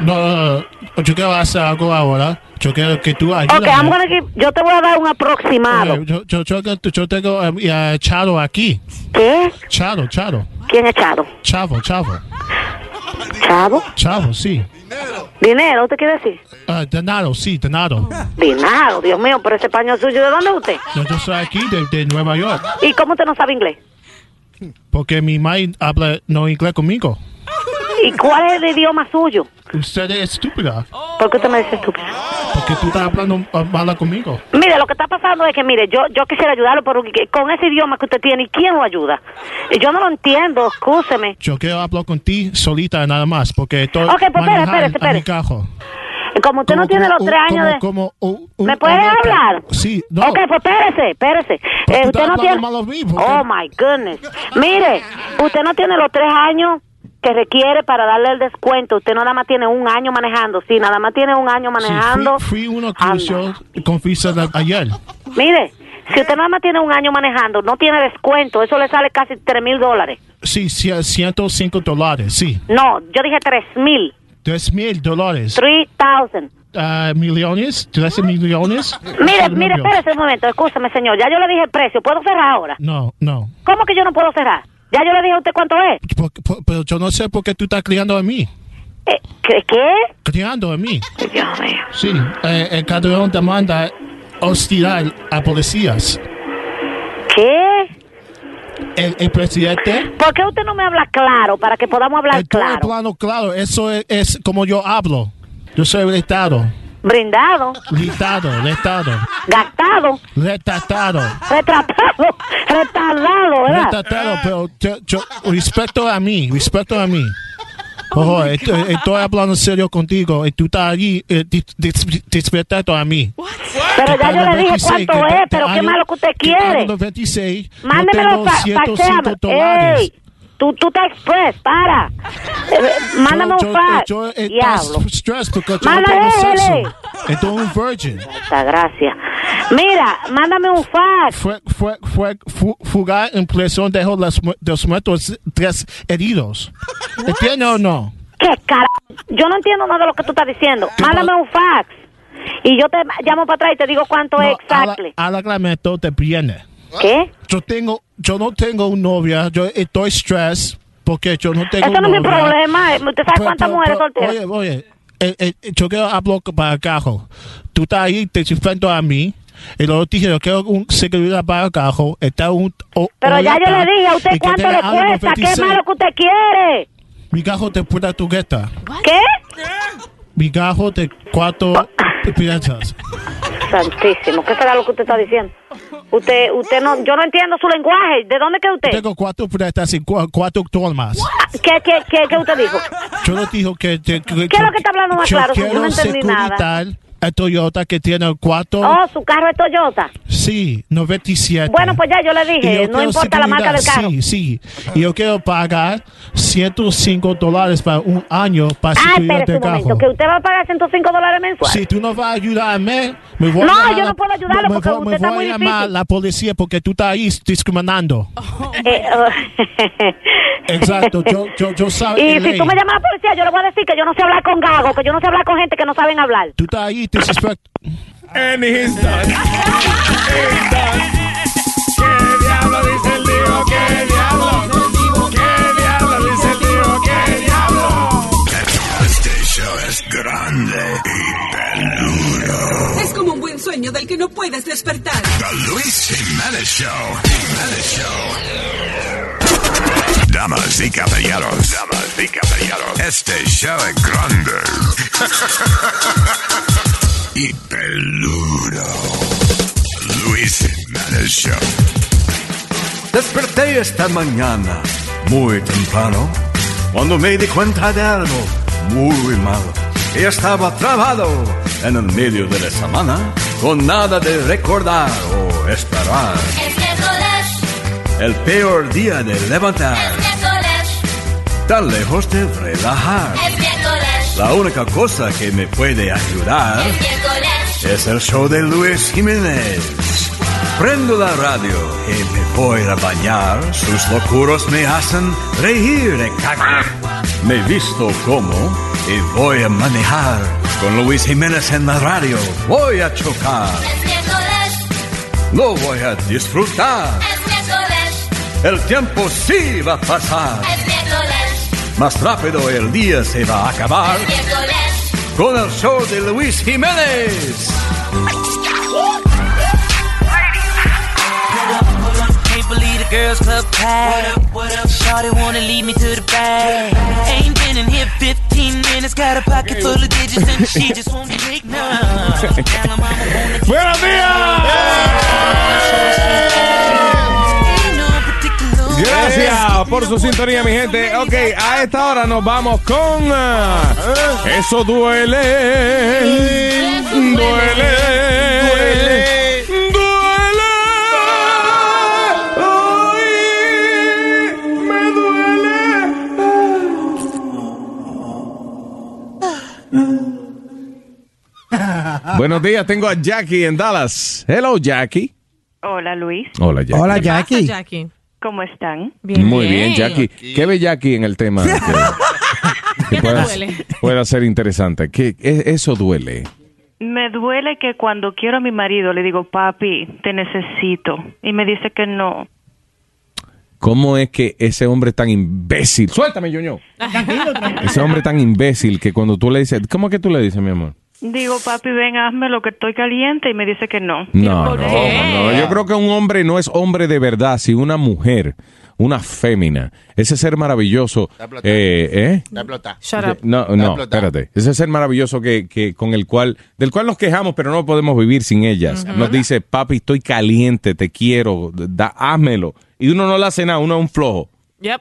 No, no, no, yo quiero hacer algo ahora. Yo quiero que tú ayudes.
Ok, I'm gonna give- yo te voy a dar un aproximado.
yo, yo, yo, yo tengo eh, y a Charo aquí.
¿Qué?
Charo, Charo.
¿Quién es Charo?
Chavo, Chavo.
¿Chavo?
Chavo, sí.
Dinero, ¿usted quiere decir?
Ah, Denaro, sí, Denaro.
Dinero, Dios mío, por ese español suyo, ¿de dónde es usted?
Yo, yo soy aquí de, de Nueva York.
¿Y cómo usted no sabe inglés?
Porque mi madre habla no inglés conmigo.
¿Y cuál es el idioma suyo?
Usted es estúpida.
¿Por qué usted me dice estúpido?
Porque tú estás hablando ah, mala conmigo.
Mire, lo que está pasando es que, mire, yo yo quisiera ayudarlo, pero que- con ese idioma que usted tiene, ¿y quién lo ayuda? Y Yo no lo entiendo, escúcheme.
Yo quiero hablar con ti solita nada más. Porque estoy
Ok, pues, espere,
manejar
espere,
a mi
espere.
carro.
Como usted no
Como-
tiene
como
los
un-
tres años de...
como-
¿Me puede
hombre que-
hablar?
Sí, no. Pues
Ok, pues espérese, espérese. Eh,
tú
usted
estás
no tiene...
hablando mal de mí, ¿por qué?
Oh, my goodness. Mire, usted no tiene los tres años que requiere para darle el descuento. Usted no nada más tiene un año manejando. Sí, nada más tiene un año
Sí, fui-
manejando.
fui, uno que usó confisa de- ayer.
Mire, si usted nada más tiene un año manejando, no tiene descuento. Eso le sale casi tres mil dólares.
Sí, cie- 105 dólares, sí.
No, yo dije tres mil.
3 mil dólares.
Three thousand.
Ah, millones, 13 millones.
Mire,
Por
mire,
números.
espérese un momento. Escúchame, señor. Ya yo le dije el precio. ¿Puedo cerrar ahora?
No, no.
¿Cómo que yo no puedo cerrar? Ya yo le dije a usted cuánto es.
Por- por- pero yo no sé por qué tú estás criando a mí.
Eh, ¿Qué? qué?
Criando a mí.
Dios mío.
Sí, eh, el cadrón te manda hostigar a policías.
¿Qué?
El, el presidente.
¿Por qué usted no me habla claro para que podamos hablar
Estoy
claro?
hablando claro, eso es, es como yo hablo. Yo soy el Estado.
Brindado,
Gritado, retado,
gastado,
retratado,
retratado, retardado, ¿verdad?
retratado, pero yo- yo- respecto a mí, respecto a mí.
Oh
Ojo, estoy, estoy hablando serio contigo y tú estás allí eh, dis- dis- despertando a mí.
Pero ya yo le dije cuánto es, pero qué malo que usted quiere.
Los 26, yo
Mándemelo
tengo
pa-
105
faxéame.
dólares.
¡Ey! Tú, tú te express, para. Eh, Mándame
yo,
un fax.
Yo, eh, yo
Diablo.
estoy stress porque yo no
Mándale,
tengo sexo.
dele.
Estoy un virgin.
gracias. Mira, mándame un fax.
Fue, fue, fue, fu- fugar en prisión dejó los, mu- los muertos tres heridos. ¿Entiendes o no?
¿Qué cara? Yo no entiendo nada de lo que tú estás diciendo. Mándame un fax. Y yo te llamo para atrás y te digo cuánto es
Ala-
exacto.
Alargamiento de viene.
¿Qué?
Yo tengo, yo no tengo un novia, yo estoy stress porque yo no tengo
Eso no es mi
novia.
problema. eh. ¿Usted sabe
Pues,
Pero-
cuántas
pero-
mujeres
pero,
solteras?
Oye, Pues, oye, eh, eh, yo quiero hablar para el carro. Tú estás ahí, te enfrento a mí. Y luego dije, yo quiero un seguridad para el carro. Está un. o-
Pero ya yo
Toyota,
le dije a
y
usted
que
cuánto
tiene
le
algo
cuesta. ¿Qué
26.
malo que usted quiere?
Mi carro te puede tu gueta.
¿Qué?
Mi carro de cuatro
Oh.
piezas.
Santísimo, ¿qué será lo que usted está diciendo? Usted, usted no, yo no entiendo su lenguaje. ¿De dónde que usted? Ah,
Tengo cuatro piezas y cua- cuatro tomas.
¿Qué, qué, qué, qué usted dijo?
Yo le dije que. que- que-
¿Qué es lo que está hablando más
yo
claro? Si yo no
quiero
entendí nada.
securitar El Toyota que tiene cuatro.
Oh, su carro es Toyota.
Sí, 97.
Bueno, pues ya yo le
Y
dije,
yo
no
quiero
importa la marca del
seguridad,
carro.
Sí, sí. Y yo quiero pagar 105 dólares para un año para
Ah,
seguridad
espérese
del
un momento,
carro.
que usted va a pagar 105 dólares mensuales. Eh,
Si tú no vas a ayudarme, me voy
No,
a llamar
yo
a la-
no puedo ayudarlo
me- me
porque
voy-
usted está
Me
muy
voy a llamar a
difícil.
la policía porque tú estás ahí discriminando.
Eh,
Exacto, yo, yo, yo sabía.
y si tú me llamas a la policía, yo le voy a decir que yo no sé hablar con gago, que yo no sé hablar con gente que no saben hablar.
Tú estás ahí, te suspect.
And he's done. He's done. ¿Qué diablo dice el tío? ¿Qué diablo? ¿Qué diablo dice el tío? ¿Qué diablo?
Este show es grande y peludo.
Es como un buen sueño del que no puedes despertar.
The Luis Jimenez Show. Jimenez Show. Damas y caballeros. Damas y caballeros. Este show es grande. y peludo. Luis Jimenez Show.
Desperté esta mañana muy temprano cuando me di cuenta de algo muy malo. Ya estaba trabado en el medio de la semana con nada de recordar o esperar. El peor día de levantar, tan lejos de Ah. relajar. La única cosa que me puede ayudar Es el show de Luis Jiménez. Prendo la radio y me voy a bañar. Sus locuros me hacen reír de caca. Me visto como y voy a manejar. Con Luis Jiménez en la radio voy a chocar. Lo voy a disfrutar. El tiempo sí va a pasar. Más rápido el día se va a acabar. Con el show de Luis Jiménez.
Can't believe the girls club packed. Shawty wanna lead me to the bag. Ain't been in here 15 minutes. Got a pocket full of digits and she just won't take none.
¡Buenos días!
Gracias por su sintonía, mi gente. Ok, a esta hora nos vamos con. ah, Eso duele. Duele. Duele. Buenos días, tengo a Jackie en Dallas. Hello, Jackie.
Hola Luis.
Hola, Jackie.
Hola,
¿Qué pasa, Jackie? ¿Cómo están?
Muy bien, Jackie. ¿Qué ve Jackie en el tema? que- que
¿Qué te
pueda,
duele?
pueda ser interesante. ¿Qué, e- eso duele.
Me duele que cuando quiero a mi marido le digo, papi, te necesito. Y me dice que no.
¿Cómo es que ese hombre tan imbécil? Suéltame, ñoño. Ese hombre tan imbécil que cuando tú le dices, ¿cómo que tú le dices, mi amor?
Digo, papi, ven, hazme lo que estoy caliente. Y me dice que no.
No, no,
¿Por qué?
no. Yo creo que un hombre no es hombre de verdad, si una mujer, una fémina, ese ser maravilloso. eh, ¿eh? No, no, espérate. Ese ser maravilloso que, que con el cual, del cual nos quejamos, pero no podemos vivir sin ellas. Nos dice, papi, estoy caliente, te quiero, da, házmelo. Y uno no le hace nada, uno es un flojo.
Yep.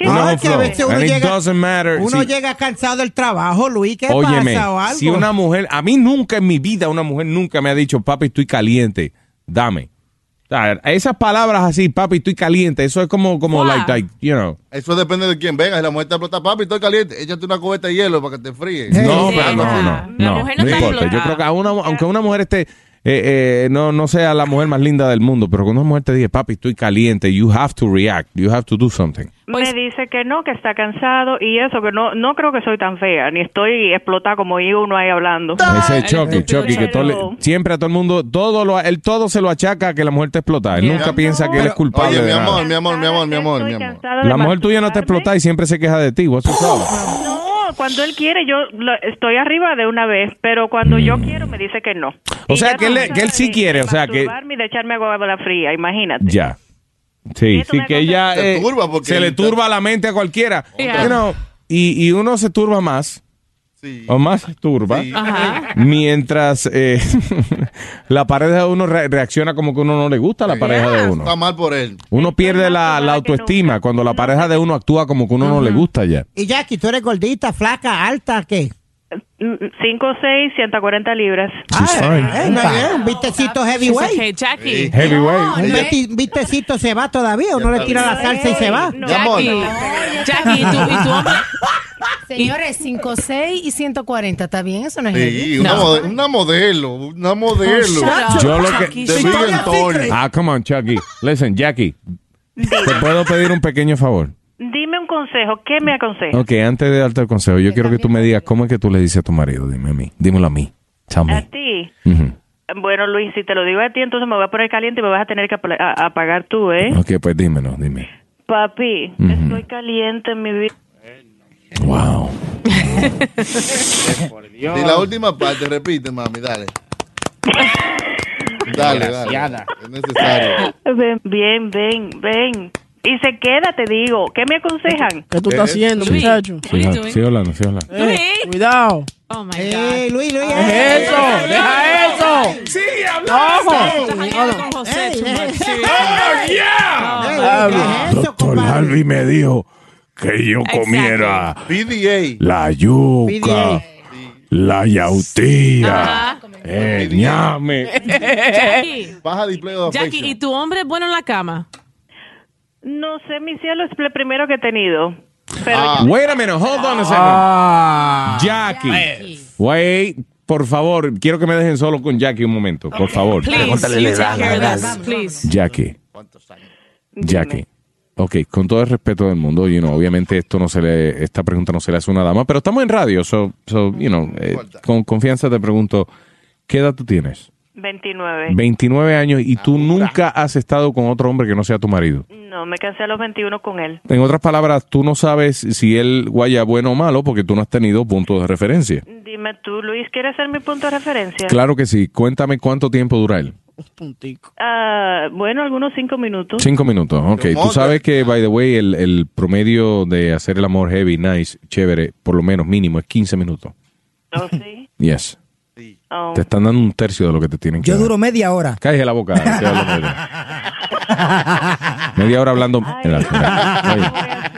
Uno
Ah,
es un
que a
flojo.
veces uno
And it
llega-
doesn't matter.
Uno
Sí.
llega cansado del trabajo, Luis, ¿qué
Óyeme,
pasa o algo?
si una mujer, a mí nunca en mi vida una mujer nunca me ha dicho, papi, estoy caliente, dame. O sea, Esas palabras así, papi, estoy caliente, eso es como, como, like, like, you know.
Eso depende de quién venga. Si la mujer te explota, papi, estoy caliente. Échate una cubeta de hielo para que te fríe.
No, pero no, no, no, no,
mujer no
no
está
importa. Yo
explotada.
creo que a una, aunque una mujer esté, eh, eh, no, no sea la mujer más linda del mundo, pero cuando una mujer te dice, papi, estoy caliente, you have to react, you have to do something.
Pues-
me dice que no, que está cansado y eso, que no no creo que soy tan fea, ni estoy explotada como yo uno ahí hablando.
Ah,
Ese Chucky, Chucky, que todo le-
Pero-
siempre a todo el mundo, todo lo, él todo se lo achaca a que la mujer te explota. Él
Yeah.
nunca piensa que él es culpable
Oye,
de
mi
nada.
amor, mi amor, mi amor, mi amor, mi amor.
La mujer tuya no te explota y siempre se queja de ti. What's up?
No, cuando él quiere yo lo- estoy arriba de una vez, pero cuando yo quiero me dice que no.
Mm. O sea, que él, le- que él sí quiere. O sea, que
Turbarme y de echarme agua a la fría, imagínate.
ya. Sí, sí, que ella
Se
eh,
turba porque
se le
él-
turba la mente a cualquiera.
Yeah.
You know, y, y uno se turba más. O más se turba.
Ajá.
Mientras eh, la pareja de uno re- reacciona como que uno no le gusta a la pareja de uno.
Está mal por él.
Uno pierde la, la autoestima cuando la pareja de uno actúa como que uno no le gusta ya.
Y Jackie, tú eres gordita, flaca, alta, ¿qué?
5, 6, 140 libras.
Eh, no, eh, un vistecito heavyweight.
She's okay, Jackie. Sí.
Heavyweight.
Un
Ella-
visti- vistecito se va todavía, o no le tira la salsa y se va.
No,
Jackie,
Jackie, ¿y tú, y tú hombre?
Señores, 56 y 140, ¿está bien? Eso no es
Sí,
heavy.
una,
No.
mode- una modelo, una modelo.
Muchacho,
Yo lo que.
De Big Antonio.
Ah, come on, Chucky. Listen, Jackie. ¿Te puedo pedir un pequeño favor?
Dime un consejo, ¿qué me aconsejas?
Ok, antes de darte el consejo, yo quiero que tú me digas cómo es que tú le dices a tu marido. Dime a mí. Dímelo a mí. Tell
A
me.
ti.
Ujú.
Bueno, Luis, si te lo digo a ti, entonces me voy a poner caliente y me vas a tener que apla- a- apagar tú, ¿eh?
Ok, pues dímelo, dime.
Papi,
Ujú.
estoy caliente en mi vida.
Wow.
Y la última parte, repite, mami, dale. Dale, dale.
Desgraciada.
Es necesario.
Ven, bien, ven, ven. Y se queda, te digo. ¿Qué me aconsejan?
¿Qué tú
Eh,
estás haciendo,
Luis,
muchacho?
Sigue sigue hablando, sigue hablando.
Eh, cuidado.
Oh my God.
Luis, Luis,
eh. eso, deja eso.
Sigue
hablando.
José, too much.
Doctor Harvey me dijo que yo comiera la yuca, la yautía, el Eh, ñame.
Jackie.
Baja de
Jackie,
¿Y tu hombre es bueno en la cama?
No sé, mi cielo, es el primero que he tenido. Pero
Ah.
Wait a minute, hold on a second. Jackie, wait por favor, quiero que me dejen solo con Jackie un momento, por favor.
Pregúntale la edad, la edad.
Jackie. Jackie. Ok, con todo el respeto del mundo, you know, obviamente esto no se le, esta pregunta no se le hace a una dama, pero estamos en radio, so, so, you know, eh, con confianza te pregunto, ¿qué edad tú tienes?
29.
29 años y tú nunca has estado con otro hombre que no sea tu marido.
No, me cansé a los 21 con él.
En otras palabras, tú no sabes si él guaya bueno o malo porque tú no has tenido puntos de referencia.
Dime tú, Luis, ¿quieres ser mi punto de referencia?
Claro que sí, cuéntame cuánto tiempo dura él.
Ah, bueno, algunos cinco minutos.
Cinco minutos, ok. Tú sabes que, by the way, el, el promedio de hacer el amor heavy, nice, chévere, por lo menos mínimo, es 15 minutos.
Oh, sí.
Yes.
Oh.
Te están dando un tercio de lo que te tienen que
Yo
dar.
duro media hora.
Cállese la boca. estoy hablando de ella. Media hora hablando. Oye,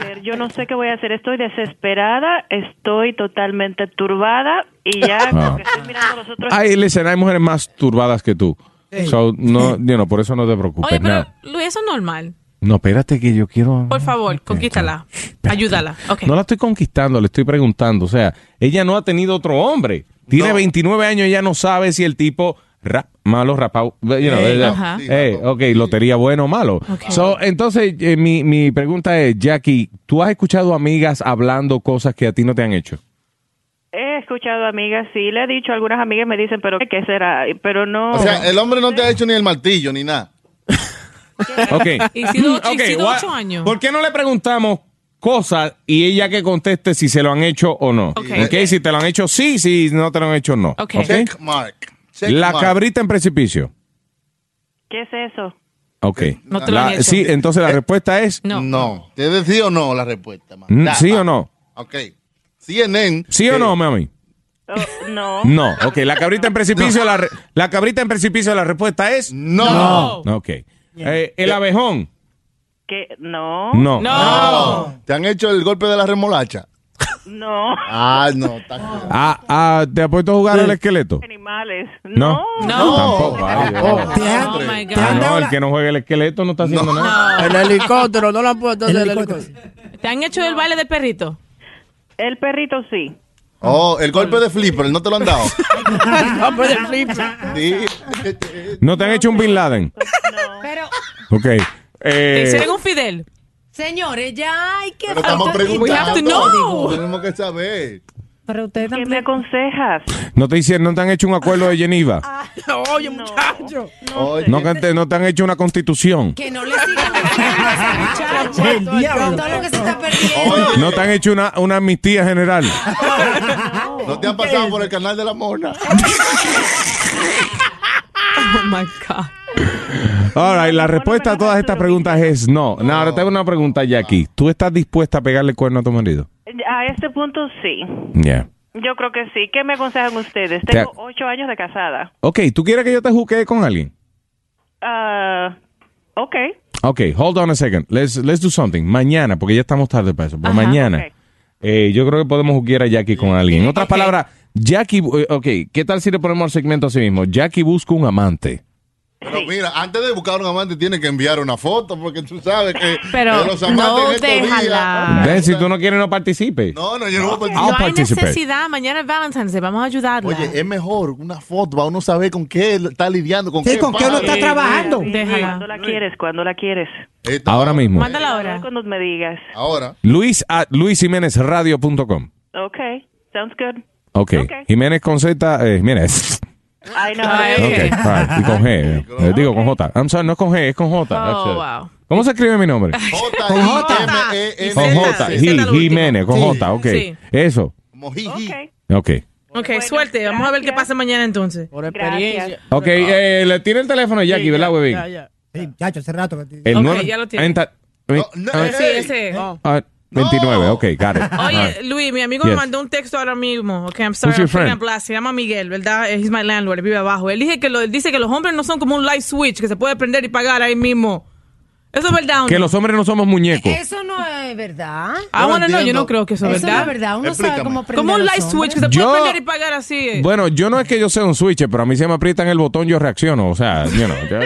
Pero Yo no sé qué voy a hacer. Estoy desesperada, estoy totalmente turbada y ya
Ah.
como que estoy mirando a los otros.
Ay, listen, hay mujeres más turbadas que tú.
Sí.
So, no, you know, por eso no te preocupes.
Oye, pero
nada.
Luis, eso es normal.
No, espérate que yo quiero...
Por favor, conquístala. Ayúdala. Ok.
No la estoy conquistando, le estoy preguntando. O sea, ella no ha tenido otro hombre. Tiene 29 años, ella no sabe si el tipo rap, malo, rapao. you know,
Eh,
ella-
ajá. Sí,
eh, ok, lotería bueno o malo.
Ok.
So, entonces, eh, mi, mi pregunta es, Jackie, ¿tú has escuchado amigas hablando cosas que a ti no te han hecho?
He escuchado amigas, sí, le he dicho, algunas amigas me dicen, pero ¿qué será? Pero no.
O sea, el hombre no te ha hecho ni el martillo ni nada.
Ok.
Y si de ocho- y
Ok,
si de
wha-
ocho años.
¿Por qué no le preguntamos cosas y ella que conteste si se lo han hecho o no?
Ok.
Ok, Si te lo han hecho sí, si no te lo han hecho no.
Ok.
Ok.
Check mark. Check
La
mark.
cabrita en precipicio.
¿Qué es eso?
Ok. Eh,
No te lo
La-
han hecho.
Sí, entonces la respuesta es
No. ¿Te decía o no la respuesta, ma?
mm,
Ya,
sí
va.
o no.
Ok. CNN.
¿Sí o no, mami?
Oh, no.
No, ok. La cabrita en precipicio, la, re- la cabrita en precipicio, la respuesta es
No.
Ok. Eh, el abejón.
¿Qué? No.
No.
¿Te han hecho el golpe de la remolacha?
No.
Ah, no. está-
Ah, ah, ¿Te ha puesto a jugar al esqueleto?
Animales.
No.
No.
Tampoco. Ay,
Oh,
ay.
oh my God.
Ah, no, el que no juegue el esqueleto no está haciendo nada.
El helicóptero, no la
Pues,
puedo hacer el helicóptero.
¿Te han hecho el baile de perrito?
El perrito sí.
Oh, el golpe de flipper, ¿no te lo han dado?
No, pero el flipper.
Sí.
¿No te han hecho un Bin Laden?
Pero,
Ok.
¿Te
Eh,
hicieron un Fidel?
señores, ya hay que...
Pero estamos
We have to
preguntando.
know.
Tenemos que saber.
Pero ustedes
¿Qué me aconsejas?
¿No te hicieron, no te han hecho un acuerdo de Geneva?
Oye, muchacho.
¿No, que te- no te han hecho una constitución?
Que no le sigan el diablo. Todo lo que se está perdiendo.
¿No te han hecho una, una amnistía general?
No te han pasado por el canal de la mona.
Oh my God.
All right, la respuesta a todas estas preguntas es no. No, ahora te hago una pregunta, Jackie. ¿Tú estás dispuesta a pegarle el cuerno a tu marido?
A este punto sí.
Yeah.
Yo creo que sí. ¿Qué me aconsejan ustedes?
Te-
Tengo ocho años de casada.
Ok, ¿tú quieres que yo te juquee con alguien?
Ah, ok.
Ok, hold on a second. Let's, let's do something. Mañana, porque ya estamos tarde para eso. Pero
Ajá,
mañana,
ok.
eh, yo creo que podemos juquear a Jackie con alguien. En otras palabras, Jackie, eh, ok, ¿qué tal si le ponemos el segmento así mismo? Jackie busca un amante.
Pero mira, antes de buscar un amante tiene que enviar una foto porque tú sabes que
Pero
que los
no,
amantes en estos días-
Ah.
déjala.
Ven, si tú no quieres, no participe.
No, no, yo no voy a
No
participar.
hay necesidad. Mañana es Valentine's Day. Vamos a ayudarla.
Oye, eh, es mejor una foto para uno saber con qué él está lidiando, con
Sí,
qué
con qué uno
pasa.
está trabajando. Déjala.
¿Cuándo la quieres? ¿Cuándo la quieres?
Ahora mismo.
Mándala ahora. Cuando me digas.
Ahora.
Luis at luisjiménezradio.com.
Ok. Sounds good.
Ok. Jiménez con Z, eh, Jiménez.
I know.
Eh.
Ok, all right. Y con G. eh, Digo, con J. I'm sorry, no es con G, es con J.
Oh,
That's it. ¿Cómo se escribe mi nombre?
Con J. E
Con J. Ji- Jiménez, con J, ok.
Sí.
Eso. Ok.
Ok, suerte. Vamos a ver qué pasa mañana entonces. Por experiencia.
Ok, eh, le tiene el teléfono a Jackie, ¿verdad, huevín?
Sí, chacho, hace rato. que te-
El
Ok,
nueve-
ya lo tiene.
treinta- ah,
Sí, ese.
ah, 29, ok, got it. All right.
Oye, Luis, mi amigo me
Yes.
mandó un texto ahora mismo. Ok, I'm sorry,
Who's your
I'm feeling
friend?
blessed. Se llama Miguel, ¿verdad? Eh, He's my landlord, él vive abajo. Él dice que, lo, él dice que los hombres no son como un light switch que se puede prender y pagar ahí mismo. Eso es verdad. ¿o no?
Que los hombres no somos muñecos.
Eso no es verdad.
Ah, bueno, no, yo no creo que eso es verdad.
no es verdad. Uno sabe
Explícame.
cómo prender
Como un
a los
light switch que se
hombres.
puede
Yo-
prender y pagar así. eh.
Bueno, yo no es que yo sea un switch, pero a mí se me aprietan el botón, yo reacciono. O sea, you know, yo-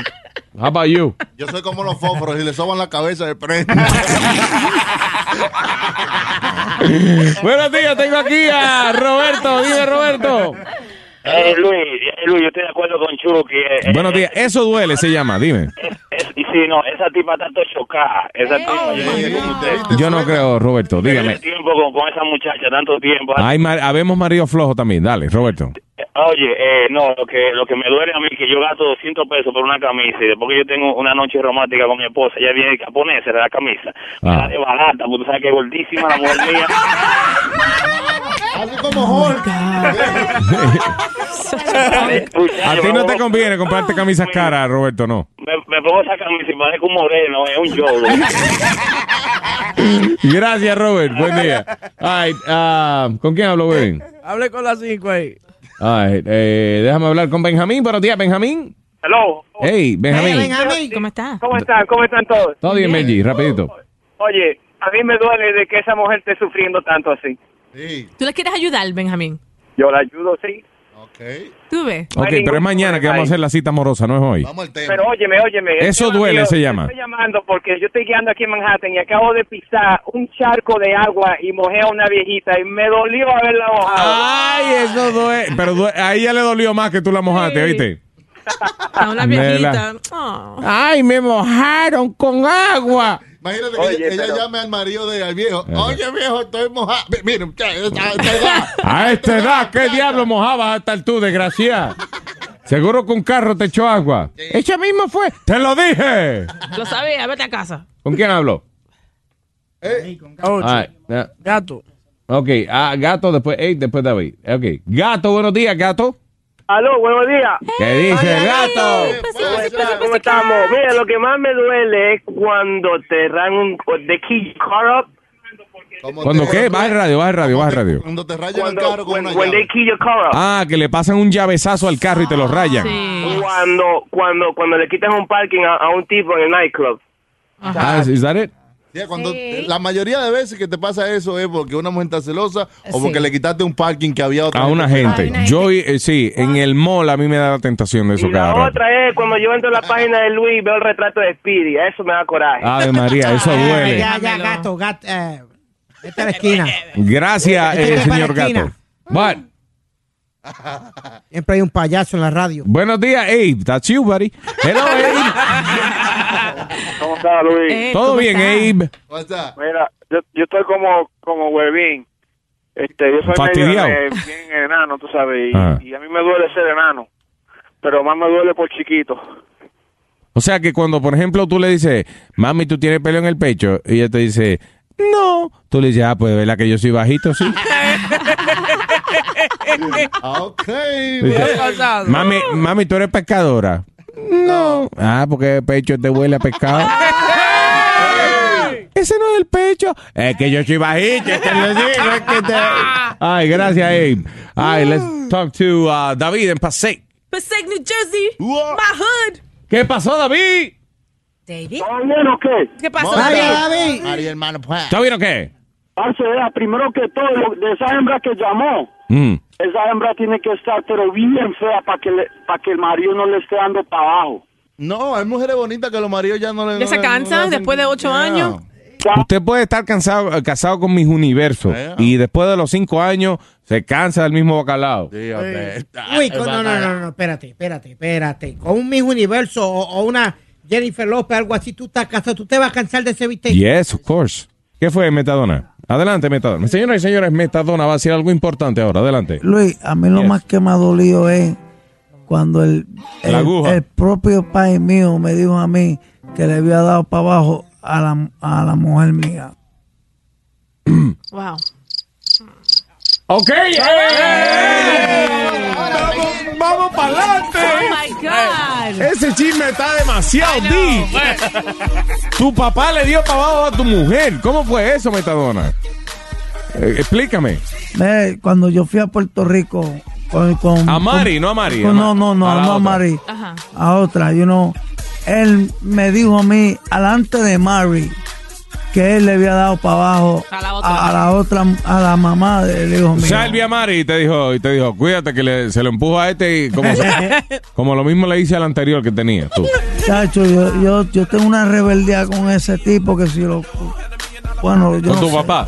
how about you?
Yo soy como los fósforos, si le soban la cabeza de prende.
Buenos días, tengo aquí a Roberto. Dime, Roberto.
Eh, Luis, eh, Luis, yo estoy de acuerdo con Chucky. eh,
Buenos días. Eso duele, se llama, dime.
eh, y sí, no, esa tipa está todo chocada. Esa tipa
Yo no creo, Roberto, dígame.
tiene tiempo con, con esa muchacha, tanto tiempo.
Hay mar- habemos marido flojo también, dale, Roberto.
Oye, eh, no, lo que, lo que me duele a mí es que yo gasto 200 pesos por una camisa y después que yo tengo una noche romántica con mi esposa, ella viene a ponerse la camisa. Me
Ah.
la de barata, porque tú sabes que es gordísima la mujer mía.
Algo como Hulk.
A ti no te conviene comprarte camisas caras, Roberto, no.
Me, me pongo esa camisa y parezco un moreno, es un yodo.
Gracias, Robert. Buen día. All right, ah, ¿Con quién hablo, Bebin?
Hable con las cinco ahí.
All right, eh, déjame hablar con Benjamín. Buenos días, Benjamín.
Hello.
Hey, Benjamín.
¿Cómo estás? ¿Cómo están? ¿Cómo están todos?
Todo bien, Benji, rapidito.
Oye, a mí me duele de que esa mujer esté sufriendo tanto así.
¿Tú le quieres ayudar, Benjamín?
Yo la ayudo, sí.
¿Tú ves?
Ok, pero es mañana que vamos a hacer la cita amorosa, no es hoy.
Pero óyeme, óyeme. este
Eso
el tema
duele,
mío,
se
yo
llama.
Estoy llamando porque yo estoy guiando aquí en Manhattan y acabo de pisar un charco de agua y mojé a una viejita y me dolió haberla mojado.
Ay, eso duele. Eh, Pero due- a ella le dolió más que tú la mojaste, ¿viste?
A una
Nela.
viejita.
Ay, me mojaron con agua.
Imagínate que ella, ella llame al marido de, al viejo. Oye, viejo, estoy mojado. Mi- Mira, muchacho, está- está-
A esta edad, ¿qué diablo mojabas hasta tú, desgraciada? Seguro que un carro te echó agua. Ella mismo fue. ¡Te lo dije!
Lo sabía, vete a casa.
¿Con quién hablo?
Ocho.
Ay, ah,
Gato.
ok, ah, gato, después Ey, después David. Ok, gato, buenos días, gato.
Aló, buenos días.
¿Qué dice, gato?
¿Cómo estamos? Mira, lo que más me duele es cuando te dan un the key car up.
¿Cuándo qué? Baja el radio, baja el radio, baja el radio.
Cuando te rayan el carro con when, when they key your car up.
Ah, que le pasan un llavezazo al carro y te lo rayan.
Cuando, cuando, cuando le quitan un parking a, a un tipo en el nightclub.
Ah, ¿is that it?
Ya, cuando- La mayoría de veces que te pasa eso es porque una mujer está celosa o
Sí.
porque le quitaste un parking que había otra
A una gente. Yo, eh, sí, en el mall a mí me da la tentación de eso
Y
cada
la
rato.
otra es cuando yo entro a la página de Luis y veo el retrato de Speedy. Eso me da coraje.
Ave María, eso duele.
Ya, ya, gato, gato. Eh, vete a la esquina.
Gracias,
Este
eh,
es
señor
para esquina.
Gato. But,
Siempre hay un payaso en la radio.
buenos días, Abe. That's you, buddy. Hello, Abe.
¿Cómo está, Luis?
Eh,
Ah, Todo bien, Abe.
Mira, yo, yo estoy como, como huevín. Este, yo soy
Fastidiado.
medio, eh, bien enano, tú sabes, y,
Ah.
y a mí me duele ser enano, pero más me duele por chiquito.
O sea que cuando, por ejemplo, tú le dices, mami, tú tienes pelo en el pecho, y ella te dice, no. Tú le dices, ah, pues, ¿verdad que yo soy bajito? Sí.
Ah, Ok.
Dice, mami, mami, tú eres pescadora. No. Ah, porque el pecho te huele a pescado. Ese no es el pecho. Es que yo soy bajito, te lo digo, es que te- Ay, gracias, Abe. Ay, let's talk to uh, David en Paseo.
Passaic, New Jersey. My hood.
¿Qué pasó, David?
David.
bien o qué?
¿Qué pasó,
David?
María, hermano, pues.
¿Está bien o qué?
Parce, vea, primero que todo, lo- de esa hembra que llamó,
Mm.
esa hembra tiene que estar pero bien fea para que, le- pa' que el marido no le esté dando para abajo.
No, hay mujeres bonitas que los maridos ya no le.
¿Ya se cansan después de ocho años?
Usted puede estar cansado, eh, casado con mis universos y después de los cinco años se cansa del mismo bacalao.
Uy, con- no, no, no, no, espérate, espérate, espérate. Con un Miss Universo o, o una Jennifer López, algo así, tú estás casado, tú te vas a cansar de ese bistec.
Yes, of course. ¿Qué fue, Metadona? Adelante, Metadona. Señoras y señores, Metadona va a decir algo importante ahora. Adelante.
Luis, a mí lo
Yes.
más que me ha dolido es cuando el,
La
el,
aguja.
el propio país mío me dijo a mí que le había dado para abajo a la, a la mujer mía.
Wow.
Ok. eh.
Vamos, vamos para adelante.
Ese chisme está demasiado deep. Tu papá le dio para abajo a tu mujer. ¿Cómo fue eso, Metadona? Eh, explícame.
Ve, Cuando yo fui a Puerto Rico con... con-
A Mari,
con-
no a Mari,
con-
a
no,
Ma-
no, no,
a la
no a
otra.
Mari. A otra, you know. Él me dijo a mí, alante de Mari, que él le había dado para abajo a la otra, a, la mamá del hijo mío.
Salvia Mari te dijo, y te dijo, cuídate que le- se lo empujo a este y como, como lo mismo le hice al anterior que tenía. Tú.
Chacho, yo, yo, yo tengo una rebeldía con ese tipo que si lo... Bueno, yo
Con
no
tu
sé.
papá.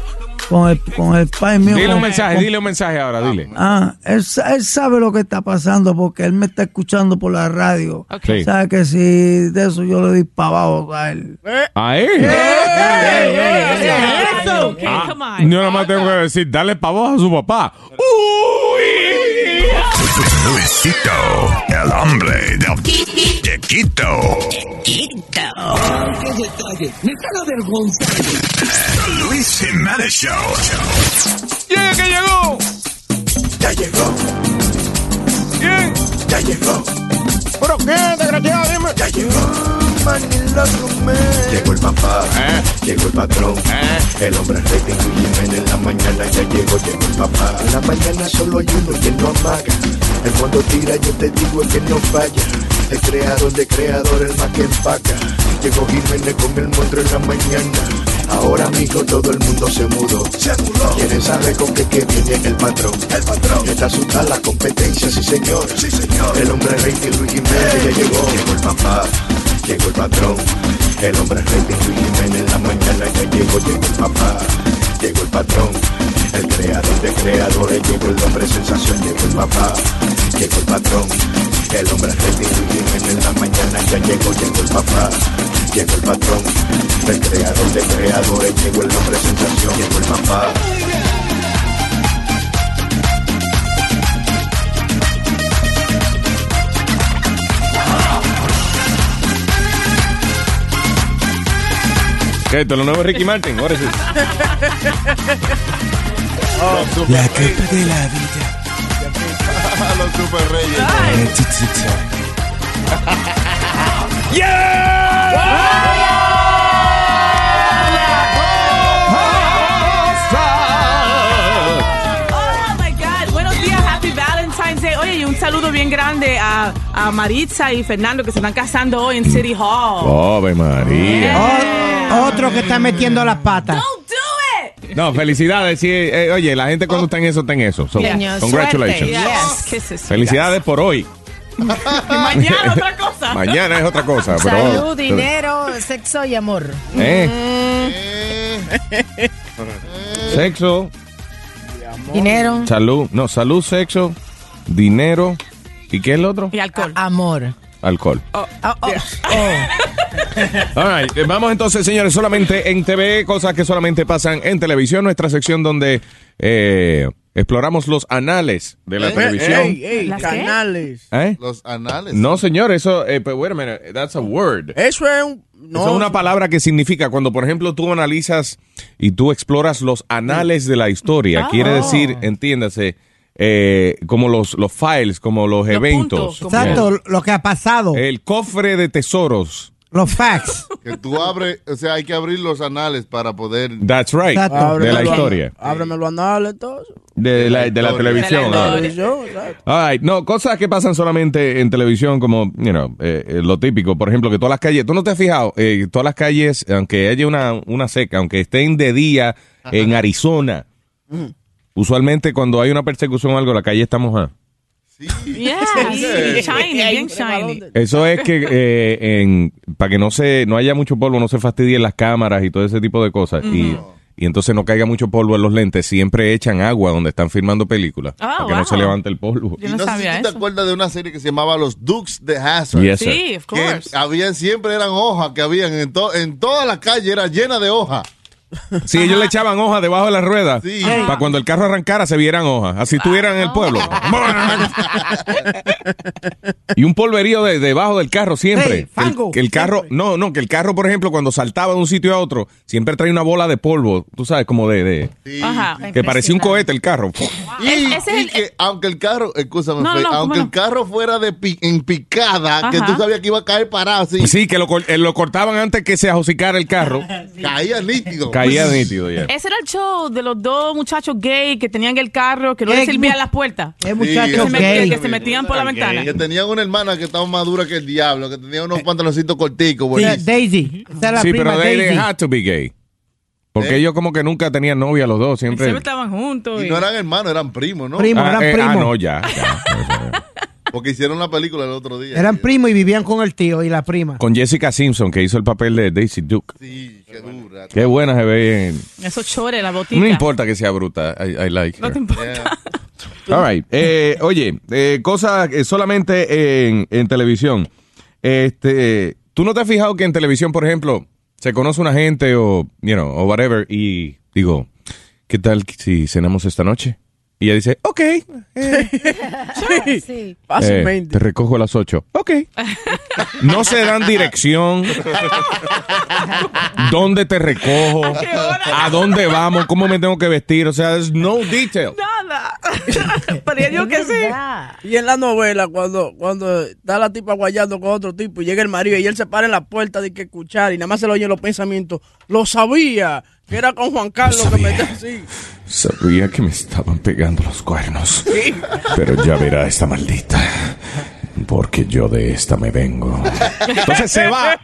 con el, con el pai mío.
Dile un
con-
mensaje,
con-
dile un mensaje ahora, dile.
Ah, él, sa- él sabe lo que está pasando porque él me está escuchando por la radio.
Ok. Sí.
Sabe que si de eso yo le doy para abajo a él.
Ahí.
Eh.
Ah, yo nada más tengo que decir, dale pavos a su papá. Uh.
Luisito, el hombre de de Quito.
¡Qué detalle! ¡Me están avergonzando!
Luis Jiménez Show.
¡Llega que llegó! ¡Ya llegó! ¡Bien! ¡Ya llegó! ¿Pero qué, desgraciado? Dime. ¡Ya llegó!
Llegó el papá, llegó el patrón, el hombre rey de Luis Jiménez en la mañana ya llegó, llegó el papá. En la mañana solo hay uno que no amaga, el cuando tira yo te digo el que no falla, el creador de creador el más que empaca. Llegó Jiménez con el monstruo en la mañana, ahora amigo todo el mundo se mudó. Se mudó. Quieren saber con qué que viene el patrón, el patrón. Está asustada la competencia, sí señor, sí señor. El hombre rey de Luis Jiménez ya llegó, llegó el papá, llegó el patrón. El hombre rey de Luis Jiménez en la mañana ya llegó, llegó el papá, llegó el patrón, el creador de creadores, llegó el hombre sensación, llegó el papá, llegó el patrón, el hombre rey de Luis Jiménez en la mañana ya llegó, llegó el papá, llegó el patrón, el creador de creadores, llegó el hombre sensación, llegó el papá.
¿Qué? ¿Esto es lo nuevo de Ricky Martin? Ahora sí.
La copa de la vida.
Los super reyes.
Ah.
Oh my God. Buenos días, happy Valentine's Day. Oye, y un saludo bien grande a, a Maritza y Fernando que se están casando hoy en City Hall.
Ave María.
Otro que está metiendo las patas.
No, felicidades. Sí, eh, oye, la gente cuando está en eso, está en eso. So,
Yes.
congratulations.
Yes. Kisses.
Felicidades por hoy.
Y mañana otra cosa.
Mañana es otra cosa. pero-
Salud, dinero, sexo y amor.
¿Eh? Sexo,
Dinero
salud. No, salud, sexo, dinero. ¿Y qué es el otro?
y alcohol. amor.
Alcohol.
Oh, oh, oh.
All right, eh, Vamos entonces, señores, solamente en TV, cosas que solamente pasan en televisión, nuestra sección donde eh, exploramos los anales de
Eh,
la
Ey,
televisión.
ey, ey,
¿Las qué?
canales.
¿Eh?
Los anales.
No, señor, eso, eh, pero wait a minute, that's a word.
Eso es un. No,
Eso es una palabra que significa cuando, por ejemplo, tú analizas y tú exploras los anales de la historia.
Ah.
Quiere decir, entiéndase, eh, como los, los files, como los, eventos. Eh,
Exacto, lo que ha pasado.
El cofre de tesoros.
Los facts.
Que tú abres, o sea, hay que abrir los anales para poder.
That's right.
Exacto.
De la
Ábrelo.
historia.
Ábreme los anales, entonces.
De la, de la televisión. ah.
Televisión, exacto.
All right, No, cosas que pasan solamente en televisión, como, you know, eh, eh, lo típico. Por ejemplo, que todas las calles, tú no te has fijado, Eh, todas las calles, aunque haya una, una seca, aunque estén de día en Arizona, Mm. usualmente cuando hay una persecución o algo, la calle está mojada.
Yes. Shiny, bien shiny.
Eso es que eh, en- para que no se no haya mucho polvo, no se fastidien las cámaras y todo ese tipo de cosas. Y, y entonces no caiga mucho polvo en los lentes. Siempre echan agua donde están filmando películas para que no
wow.
se levante el polvo.
y no sé si tú te acuerdas de una serie que se llamaba Los Dukes de Hazzard.
Yes, sir. Sí,
of course. Que había, siempre eran hojas que habían en, to- en toda la calle, era llena de hojas.
Sí, ellos le echaban hojas debajo de las ruedas
Sí.
para cuando el carro arrancara se vieran hojas. Así estuvieran en el pueblo. y un polverío de- debajo del carro siempre.
Sí,
Que el-
fango,
que el, carro, no, no, que el carro, por ejemplo, cuando saltaba de un sitio a otro, siempre traía una bola de polvo, tú sabes, como de, de-
Ajá.
que parecía un cohete el carro.
Y, y que aunque el carro, escúchame,
No, no,
Fe,
no,
aunque
¿cómo
el carro fuera de pi- en picada, que
Ajá.
tú sabías que iba a caer parado así,
Sí, que lo, cor- eh, lo cortaban antes que se ajosicara el carro.
caía nítido.
Caía nítido ya.
Ese era el show de los dos muchachos gay que tenían el carro, que no
Eh,
les servían
mu-
las puertas.
Sí,
que, se met-
gay.
que se metían por la ventana. Eh.
Que tenían una hermana que estaba más dura que el diablo, que tenía unos pantaloncitos corticos. buenísimo.
Daisy. Esa es la
Sí,
prima
pero they,
Daisy. Eh.
they had to be gay. Porque ellos como que nunca tenían novia los dos, siempre.
estaban juntos.
eh,
Y no eran hermanos, eran primos, ¿no?
Ah, eh, ah, no, ya. ya.
Porque hicieron la película el otro día.
Eran primos y vivían con el tío y la prima.
Con Jessica Simpson, que hizo el papel de Daisy Duke.
Sí, qué dura.
Qué buena se ve. en-
Eso chore, la botica.
No importa que sea bruta. I, I like
No
her.
te importa.
All right. Eh, oye, eh, cosas eh, solamente en, en televisión. Este, ¿Tú no te has fijado que en televisión, por ejemplo, se conoce una gente o, you know, o whatever y digo, ¿qué tal si cenamos esta noche? Y ella dice, ok,
sí,
eh,
fácilmente.
te recojo a las 8. Ok. No se dan dirección. ¿Dónde te recojo? ¿A dónde vamos? ¿Cómo me tengo que vestir? O sea, there's no detail.
Nada.
Pero yo digo que sí.
Y en la novela, cuando, cuando está la tipa guayando con otro tipo y llega el marido y él se para en la puerta de que escuchar y nada más se le oyen los pensamientos. Lo sabía, que era con Juan Carlos que me sí.
Sabía que me estaban pegando los cuernos. Pero ya verá esta maldita. Porque yo de esta me vengo. Entonces se va.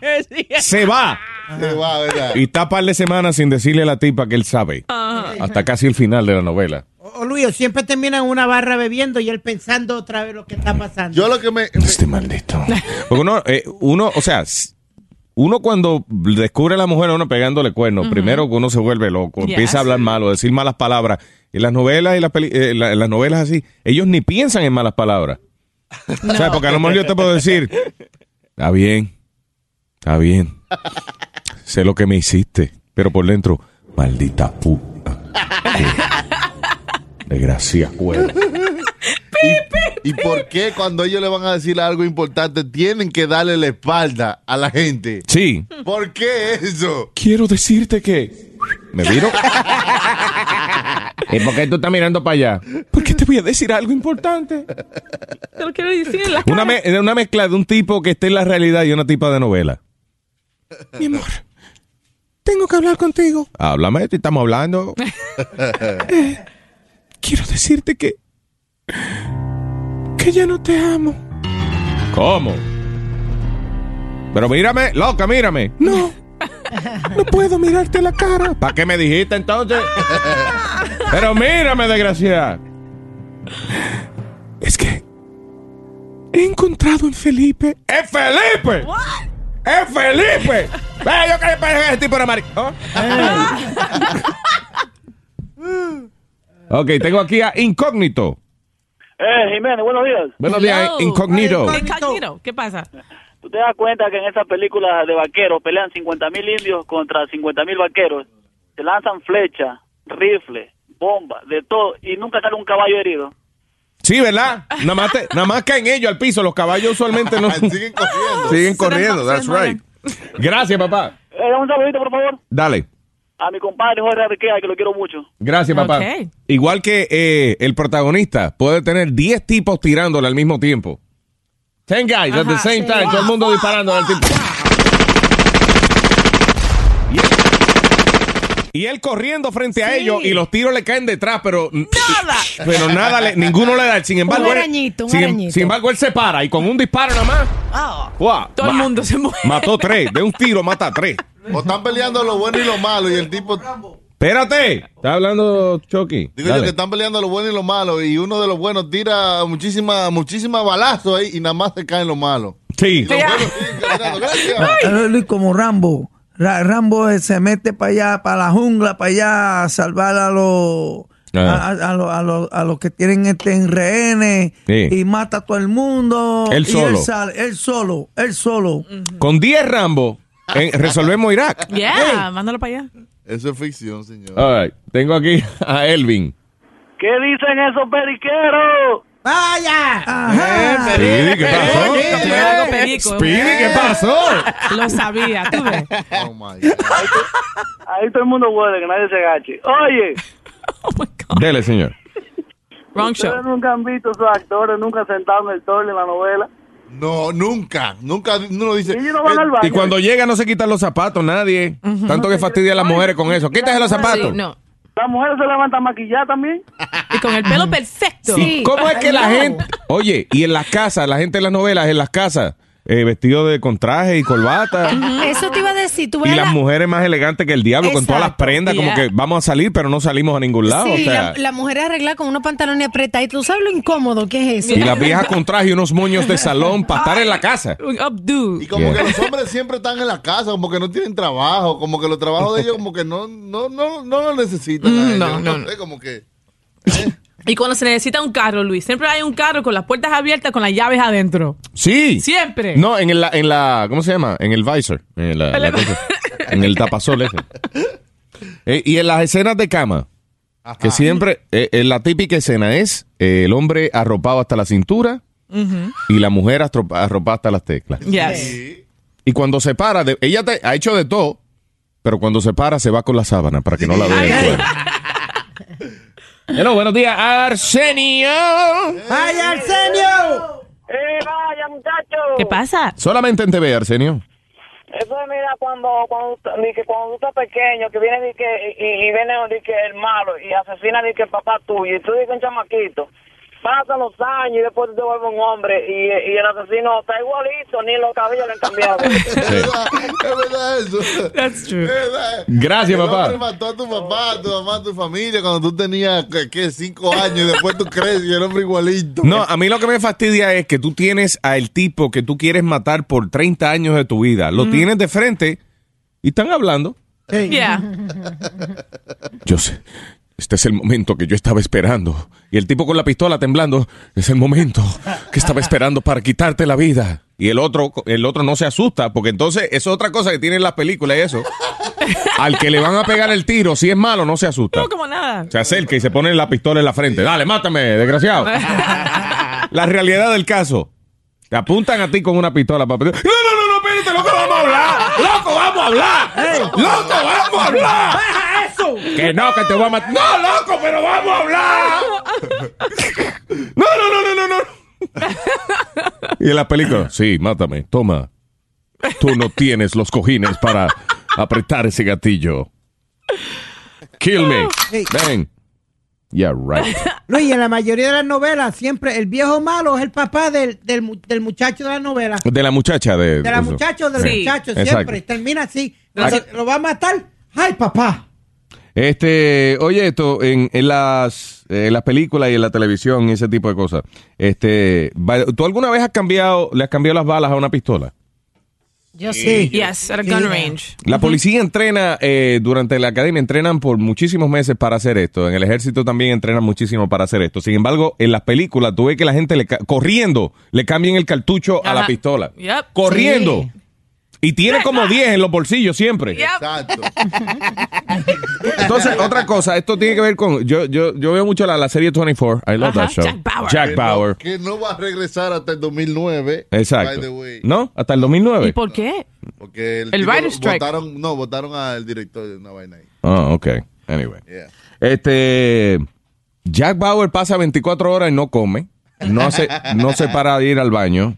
Se va.
Se va, ¿verdad?
Y está par de semanas sin decirle a la tipa que él sabe. Hasta casi el final de la novela.
O, o Luis, o siempre termina en una barra bebiendo y él pensando otra vez lo que está pasando.
Yo lo que me...
Este maldito. Porque uno, eh, uno, o sea, s- uno cuando descubre a la mujer a uno pegándole cuernos, primero que uno se vuelve loco,
Yes.
empieza a hablar malo, a decir malas palabras. En las novelas y las, peli- eh, la- en las novelas así, ellos ni piensan en malas palabras. O sea, porque a lo mejor yo te puedo decir, está bien, está bien, sé lo que me hiciste, pero por dentro, maldita puta. Desgracia, cuerno.
¿Y, y por qué cuando ellos le van a decir algo importante tienen que darle la espalda a la gente?
Sí.
¿Por qué eso?
Quiero decirte que. ¿Me viro? ¿Y por qué tú estás mirando para allá? Porque te voy a decir algo importante.
Te lo quiero decir en la
Una, me- era una mezcla de un tipo que esté en la realidad y una tipa de novela. Mi amor, tengo que hablar contigo. Háblame, te estamos hablando.
Eh,
quiero decirte que. Que ya no te amo. ¿Cómo? Pero mírame, loca, mírame. No. No puedo mirarte la cara. ¿Para qué me dijiste entonces? Pero mírame, desgraciada. Es que he encontrado en Felipe. ¡Es Felipe! ¡Es Felipe! Ve, yo que parece ese tipo de mari- ¿Oh?
Ah.
Ok, tengo aquí a Incógnito.
Eh, Jiménez, buenos días.
Buenos días,
Hello.
Incógnito.
Ay,
Incógnito, ¿qué pasa?
¿Tú te das cuenta que en esta película de vaqueros pelean 50 mil indios contra 50 mil vaqueros? Se lanzan flechas, rifles, bombas, de todo, y nunca sale un caballo herido.
Sí, ¿verdad? Nada más, te- nada más caen ellos al piso. Los caballos usualmente no. Siguen corriendo. Siguen corriendo, that's right. Gracias, papá.
Eh, un saludito, por favor,
Dale.
a mi compadre Jorge Arquea, que lo quiero mucho.
Gracias, papá.
Ok.
Igual que eh, el protagonista puede tener 10 tipos tirándole al mismo tiempo. 10 guys at the
Ajá,
same
sí.
time, todo el mundo disparando al tipo. Y él corriendo frente a ellos y los tiros le caen detrás, pero nada, pero nada, le- ninguno le da. Sin embargo,
Un
él-
arañito, un
sin,
arañito.
sin embargo, él se para y con un disparo nada más, ¡guau!
Todo el
Ma-
mundo se muere.
mató tres, de un tiro mata tres.
O están peleando lo bueno y lo malo y el tipo...
Espérate, está hablando Chucky.
Digo
Dale.
yo que están peleando lo bueno y lo malo y uno de los buenos tira muchísima, muchísima balazo ahí y nada más se caen lo malo.
Sí.
Eh, Luis, como Rambo. Ra- Rambo eh, se mete para allá, para la jungla, para allá, a salvar a los a,
Ah.
a- a los- a los- a los que tienen este en rehenes
Sí.
y mata a todo el mundo.
Él
y
solo.
Él, sale, él solo, él solo.
Con 10 Rambo, eh, resolvemos Irak.
Yeah, mándalo para allá.
Eso es ficción, señor.
All right, tengo aquí a Elvin.
¿Qué dicen esos periqueros?
¡Vaya!
Speedy, ¿qué pasó?
Algo perico.
Speedy, ¿qué pasó?
Lo sabía, tú ves. Oh,
Ahí todo el mundo huele, que nadie se agache. Oye,
Dele, señor.
Wrong
ustedes nunca han visto esos actores nunca sentados en el toile en la novela.
No, nunca, nunca uno dice.
Y no van al baño.
Y cuando llega no se quitan los zapatos, nadie. Tanto que fastidia a las mujeres con eso. Quítese los zapatos.
Las mujeres se levantan maquilladas también.
Y con el pelo perfecto.
¿Y ¿Cómo es que la gente... Oye, y en las casas, la gente en las novelas, en las casas, eh, vestidos de con traje y corbata.
Ujú, Eso te iba a decir. Tú
Y
ves
las
la-
mujeres más elegantes que el diablo, con todas las
Exacto,
prendas, como
yeah.
que vamos a salir, pero no salimos a ningún lado. o
Sí,
sea.
la, la mujer arreglada con unos pantalones apretados. ¿Y tú sabes lo incómodo que es eso?
y las viejas con traje y unos moños de salón para estar en la casa.
Un updo.
Y como
Yeah.
que los hombres siempre están en la casa, como que no tienen trabajo, como que los trabajos de ellos como que no, no, no, no lo necesitan. a
Mm, no,
ellos,
no,
sé, como que...
Y cuando se necesita un carro, Luis, siempre hay un carro con las puertas abiertas, con las llaves adentro.
Sí.
Siempre.
No, en la, en la, ¿cómo se llama? En el visor. En, la- la cosa. En el tapasol ese. Eh, y en las escenas de cama. Que siempre, eh, eh, la típica escena es eh, el hombre arropado hasta la cintura
Ujú.
y la mujer astro- arropada hasta las teclas.
Yes.
Y cuando se para, de- ella te- ha hecho de todo, pero cuando se para se va con la sábana para que no la vea. el cuerpo. Hello, buenos días, Arsenio.
¡Vaya, Arsenio!
¡Eh, vaya, muchacho!
¿Qué pasa?
Solamente en TV, Arsenio.
Eso es, mira, cuando cuando, tú- di que cuando tú estás pequeño, que viene di que, y, y viene di que el malo y asesina di que el papá tuyo, y tú dices un chamaquito. Pasan los años y después tú te vuelves un hombre y, y el asesino está igualito, ni los cabellos le han cambiado.
Es verdad eso.
That's true.
Gracias,
el
papá.
hombre mató a tu papá, a tu mamá, a tu familia cuando tú tenías, ¿qué, qué, cinco años y después tú creces y el hombre igualito.
No, a mí lo que me fastidia es que tú tienes al tipo que tú quieres matar por 30 años de tu vida. Lo tienes de frente y están hablando.
Yeah.
Yo sé, este es el momento que yo estaba esperando. Y el tipo con la pistola temblando, es el momento que estaba esperando para quitarte la vida. Y el otro, el otro no se asusta, porque entonces es otra cosa que tienen las películas y eso. Al que le van a pegar el tiro, si es malo, no se asusta.
No, como nada.
Se acerca y se pone la pistola en la frente. Dale, mátame, desgraciado. La realidad del caso. Te apuntan a ti con una pistola, papá.
No, no, no, no, espérate, loco, vamos a hablar. Loco, vamos a hablar. Loco, vamos a hablar.
¡Baja eso!
Que no, que te voy a matar.
No, loco, pero vamos a hablar. No, no, no, no, no, no.
Y en la película, sí, mátame, toma. Tú no tienes los cojines para apretar ese gatillo. Kill me. Ven. Yeah, right.
Luis, en la mayoría de las novelas, siempre el viejo malo es el papá del, del, mu- del muchacho de la novela.
De la muchacha de...
De la muchacha o del
Eh, Sí.
muchacho,
Exacto.
siempre. Termina así. Cuando lo va a matar, ¡ay, papá!
Este, oye, esto, en, en las, eh, en las películas y en la televisión y ese tipo de cosas, este, va- ¿tú alguna vez has cambiado, le has cambiado las balas a una pistola?
Yo
sí. Yes, at a gun range.
La policía entrena, eh, durante la academia, entrenan por muchísimos meses para hacer esto. En el ejército también entrenan muchísimo para hacer esto. Sin embargo, en las películas tú ves que la gente le ca- corriendo le cambian el cartucho a la
Ajá.
pistola.
Yep.
Corriendo. Y tiene como 10 en los bolsillos siempre.
Exacto.
Entonces, otra cosa, esto tiene que ver con. Yo, yo, yo veo mucho la, la serie 24. I love
Ajá,
that show.
Jack Bauer.
Jack Bauer.
Que no va a regresar hasta el 2009. by
Exacto.
the way.
¿No? Hasta el 2009.
¿Por qué?
Porque el,
El
tipo
writer
lo-
strike.
votaron- no, votaron al director de una vaina ahí.
Ah, ok. Anyway.
Yeah.
Este. Jack Bauer pasa 24 horas y no come. No se, no se para de ir al baño.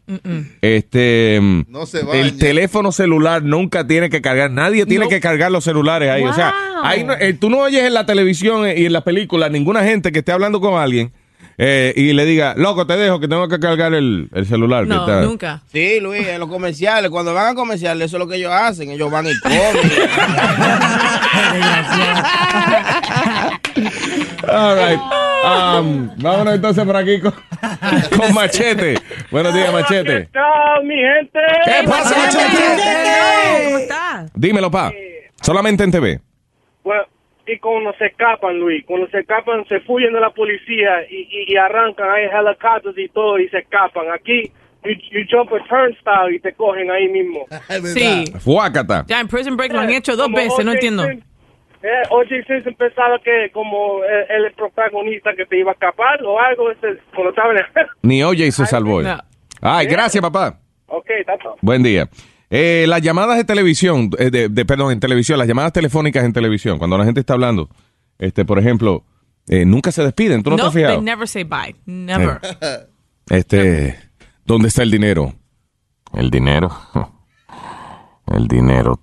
Este.
No se baña.
El teléfono celular nunca tiene que cargar. Nadie tiene que cargar los celulares ahí. O sea, ahí no- eh, tú no oyes en la televisión eh, y en las películas ninguna gente que esté hablando con alguien eh, y le diga, loco, te dejo que tengo que cargar el, el celular. que está-".
Sí, Luis, en los comerciales, cuando van a comerciales, eso es lo que ellos hacen, ellos van y comen.
All right. Um, vámonos entonces por aquí con, con Machete. Buenos días, Machete.
Chao, mi gente.
¿Qué pasa,
muchachos?
¿Cómo estás?
Dímelo, pa. Solamente en TV.
Bueno, y cuando se escapan, Luis, cuando se escapan, se fuyen de la policía y, y, y arrancan, hay helicópteros y todo, y se escapan. Aquí, you, you jump a turnstile y te cogen ahí mismo.
Sí.
Fuácata.
Ya en Prison Break lo han hecho dos veces, no entiendo.
Eh, Oye, Simpson pensaba que como eh, él es protagonista que te iba a escapar o algo, ese, cuando estaba en el-
Ni OJ se salvó.
No.
Ay, gracias, papá.
ok, está todo.
Buen día. Eh, las llamadas de televisión, eh, de, de- perdón, en televisión, las llamadas telefónicas en televisión, cuando la gente está hablando, este, por ejemplo, eh, nunca se despiden, ¿tú no te
Nope,
has fijado?
they never say bye. Never.
Este, ¿dónde está el dinero? El dinero. El dinero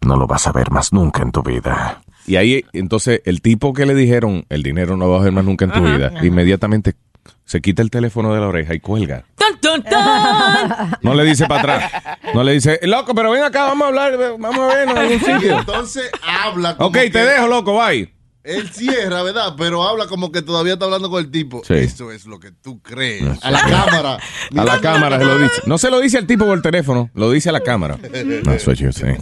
no lo vas a ver más nunca en tu vida. Y ahí, entonces, el tipo que le dijeron, el dinero no lo vas a ver más nunca en tu vida, inmediatamente se quita el teléfono de la oreja y cuelga.
¡Tun, tun, tun!
No le dice para atrás. No le dice, loco, pero ven acá, vamos a hablar, vamos a vernos en algún
Y
sitio.
entonces habla como
Ok, te
que-
dejo, loco, bye.
Él cierra, ¿verdad? Pero habla como que todavía está hablando con el tipo.
Sí.
Eso es lo que tú crees. A la cámara.
A la cámara se lo dice. No se lo dice al tipo por el teléfono, lo dice a la cámara. That's what you think.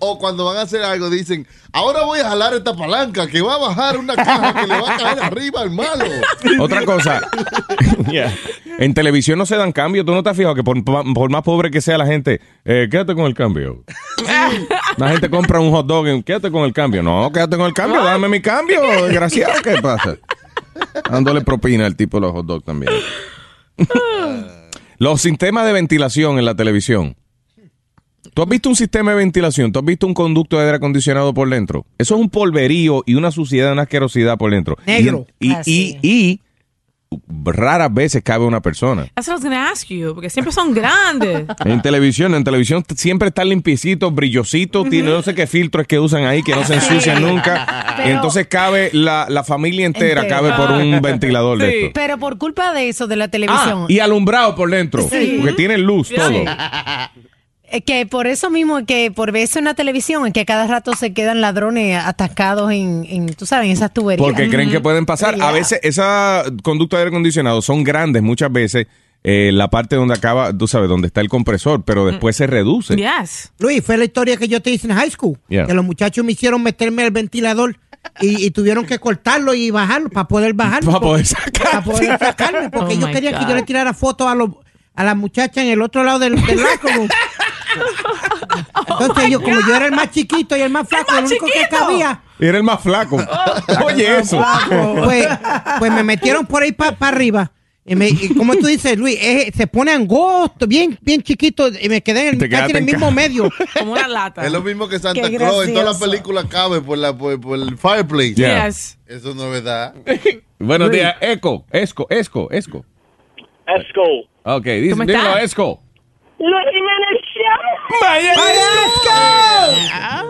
O cuando van a hacer algo dicen, ahora voy a jalar esta palanca que va a bajar una caja que le va a caer arriba al malo.
Otra cosa. En televisión no se dan cambios. Tú no te has fijado que por, por más pobre que sea la gente, eh, quédate con el cambio.
Ah.
La gente compra un hot dog, y, quédate con el cambio. No, quédate con el cambio, dame mi cambio, desgraciado. ¿Qué pasa? Dándole propina al tipo de los hot dogs también. Los sistemas de ventilación en la televisión. ¿Tú has visto un sistema de ventilación? ¿Tú has visto un conducto de aire acondicionado por dentro? Eso es un polverío y una suciedad, una asquerosidad por dentro.
Negro.
Y, y,
Ah,
y, y raras veces cabe una persona.
That's what I was gonna ask you, porque siempre son grandes.
En televisión, en televisión siempre están limpiecitos, brillositos, tiene no sé qué filtros que usan ahí, que no se ensucian
Sí.
nunca.
Pero-
Entonces cabe la, la familia entera,
Entera.
cabe por
Ah.
un ventilador de esto.
Pero por culpa de eso, de la televisión,
Ah, y alumbrado por dentro,
Sí.
porque tiene luz
Sí.
todo.
es que por eso mismo, es que por ver eso en la televisión, es que a cada rato se quedan ladrones atascados en, en, tú sabes, en esas tuberías.
Porque creen que pueden pasar. A
Yeah.
veces esas conductas de aire acondicionado son grandes, muchas veces eh, la parte donde acaba, tú sabes, donde está el compresor, pero después se reduce.
Luis, fue la historia que yo te hice en high school.
Yeah.
Que los muchachos me hicieron meterme el ventilador y, y tuvieron que cortarlo y bajarlo para poder bajarlo.
Para
por-
poder sacar.
Para poder sacarme, porque
Oh
yo
my
quería que
God.
yo le tirara fotos a, los a la muchacha en el otro lado del, del locker room.
Oh
Entonces yo, como yo era el más chiquito y el más flaco, el único que cabía,
Era el más flaco. Oye, eso.
pues, pues me metieron por ahí para arriba. Y, me- y como tú dices, Luis, eh, se pone angosto, bien, bien chiquito, y me quedé en,
Te
casi
quedaste
en el
en
mismo
ca-
medio.
Como una lata.
Es lo mismo que Santa
Qué
Claus. En todas las
gracioso.
películas cabe por, la, por, por el fireplace.
Yeah. Yes.
Eso no es verdad.
Buenos días, Eco, Esco, Esco, Esco.
Esco.
Ok, dice,
¿Cómo
dímelo,
está?
Esco.
Luis Jiménez Show.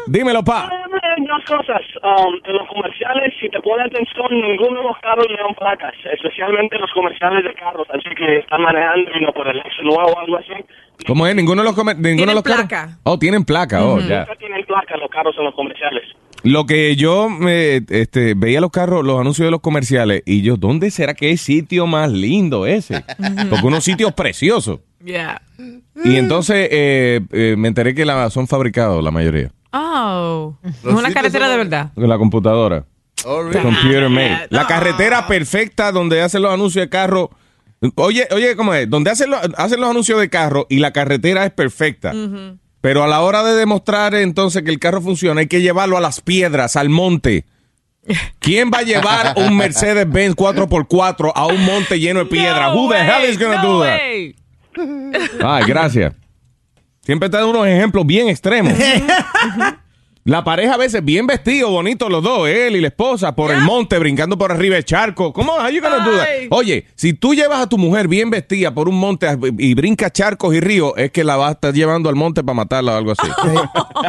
Dímelo, pa.
Eh, Dos cosas. Um, en los comerciales, si te pones atención, ninguno de los carros llevan placas, especialmente los comerciales de carros, así que están manejando y no por el ex nuevo o algo así.
¿Cómo es? Ninguno de los come- ninguno de los carros-
placa.
Oh, tienen placa, oh,
Ujú.
ya.
Nunca tienen placas los carros en los comerciales.
Lo que yo me, este, veía los carros, los anuncios de los comerciales, y yo, ¿dónde será que es sitio más lindo ese?
Ujú.
Porque unos sitios preciosos.
Yeah.
Y entonces eh, eh, me enteré que la, son fabricados la mayoría.
Oh. Es
Los
una
sitios
carretera de verdad.
Con la computadora.
Oh,
Ah,
The computer made. La carretera perfecta donde hacen los anuncios de carro. Oye, oye, ¿cómo es? Donde hacen, los- hacen los anuncios de carro y la carretera es perfecta. Pero a la hora de demostrar entonces que el carro funciona, hay que llevarlo a las piedras, al monte. ¿Quién va a llevar un Mercedes-Benz 4x4 a un monte lleno de piedras? Who the hell is gonna do that? Ay, gracias. Siempre te dan unos ejemplos bien extremos. La pareja a veces bien vestido, bonito los dos, él y la esposa, por el monte, brincando por arriba del charco. ¿Cómo? How you gonna do that?
Ay.
Oye, si tú llevas a tu mujer bien vestida por un monte y brinca charcos y ríos, es que la vas a estar llevando al monte para matarla o algo así.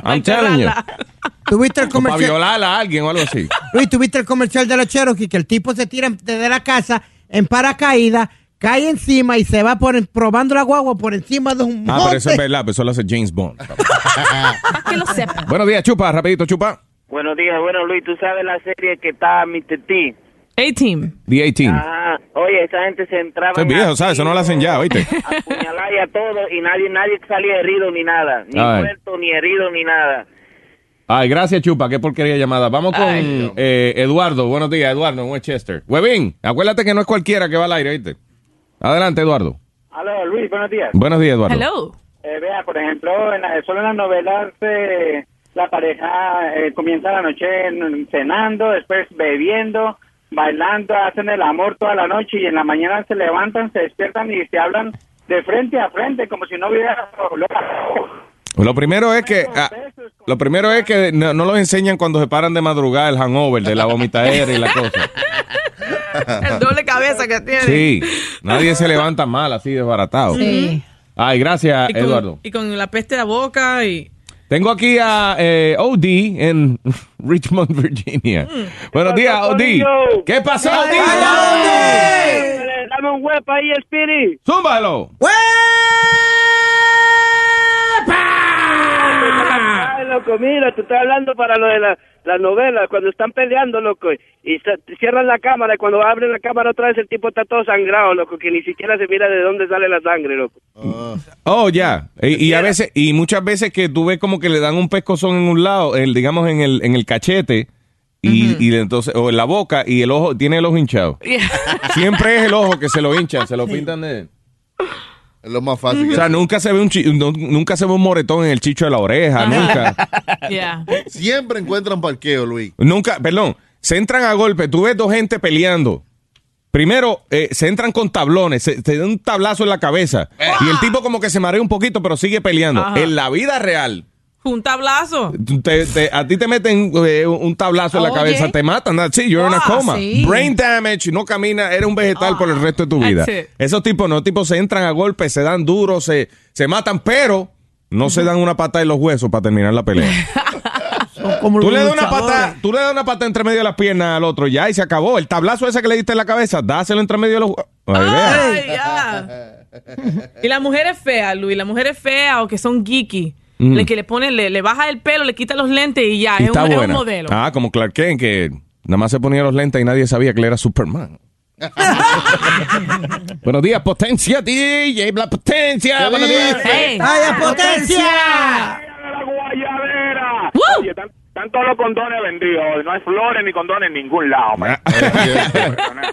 I'm telling you.
Tuviste el
O para
comercial.
violarla a alguien o algo así.
Luis, tuviste el comercial de los Cherokee que el tipo se tira desde la casa en paracaídas, cae encima y se va por en- probando la guagua por encima de un
Ah,
monte.
pero eso es verdad, pero eso lo hace James Bond.
Para que lo sepa.
Buenos días, chupa, rapidito, chupa.
Buenos días, bueno Luis, tú sabes la serie que está Mr. T.
A-Team.
The
Ah,
18.
Ajá. Oye, esa gente se entraba
Eso es viejo, ¿sabes? Eso no lo hacen ya, oíste.
a apuñalar y a todo y nadie nadie salía herido ni nada, ni
Ay.
muerto ni herido ni nada.
Ay, gracias, Chupa. Qué porquería llamada. Vamos con eh, Eduardo. Buenos días, Eduardo en Westchester. Huevín, acuérdate que no es cualquiera que va al aire, ¿viste? Adelante, Eduardo.
Aló, Luis, buenos días.
Buenos días, Eduardo.
Hello. vea, por ejemplo, en la, solo en las novelas eh, la pareja eh, comienza la noche en- cenando, después bebiendo, bailando, hacen el amor toda la noche y en la mañana se levantan, se despiertan y se hablan de frente a frente como si no hubiera
Lo primero es que ah, lo primero es que no, no los enseñan cuando se paran de madrugada el hangover de la vomitadera y la cosa.
El doble cabeza que tiene.
Sí, nadie se levanta mal así desbaratado.
Sí.
Ay, gracias,
Y con,
Ah, Eduardo.
Y con la peste de la boca y.
Tengo aquí a eh, OD en Richmond, Virginia. Buenos días, OD. ¿Qué pasó, OD?
un huepa ahí, Spirit.
¡Zúmbalo!
Ay, Ah, loco, mira, tú estás hablando para lo de la, la novela, cuando están peleando, loco, y se- cierran la cámara, y cuando abren la cámara otra vez el tipo está todo sangrado, loco, que ni siquiera se mira de dónde sale la sangre, loco.
Oh, ya. Y, y a veces, y muchas veces que tú ves como que le dan un pescozón en un lado, el, digamos en el, en el cachete, y, y entonces, o en la boca, y el ojo, tiene el ojo hinchado. Siempre es el ojo que se lo hinchan, se lo pintan de.
Es lo más fácil.
O sea, nunca se ve un chi- no- nunca se ve un moretón en el chicho de la oreja, nunca.
Siempre encuentran parqueo, Luis.
Nunca, perdón, se entran a golpe. Tú ves dos gente peleando. Primero, eh, se entran con tablones, se, te dan un tablazo en la cabeza. Y el tipo como que se marea un poquito, pero sigue peleando.
Ajá.
En la vida real,
Un tablazo.
te- te- a ti te meten eh, un tablazo en la
Oye.
cabeza, te matan. Sí, yo era una
Ah,
coma.
sí. Ah,
Brain damage, no camina, eres un vegetal por el resto de tu vida.
that's it.
Esos tipos no, tipos se entran a golpes, se dan duros, se, se matan, pero no se dan una patada en los huesos para terminar la pelea. Tú le, das una pata, tú le das una pata entre medio de las piernas al otro ya y se acabó. El tablazo ese que le diste en la cabeza, dáselo entre medio de los... Ahí, vea.
Ay, ya. Y las mujeres feas, Luis, las mujeres feas o que son geeky,
Mm.
le que le ponen, le, le baja el pelo, le quita los lentes y ya,
Y
es,
está
un, es un
buena.
modelo.
Ah, como Clark Kent, que nada más se ponía los lentes y nadie sabía que él era Superman. Buenos días, potencia, DJ, la potencia. Buenos días.
¡Vaya potencia!
Oye, están, están todos los condones vendidos hoy. No hay flores ni condones en ningún lado. man.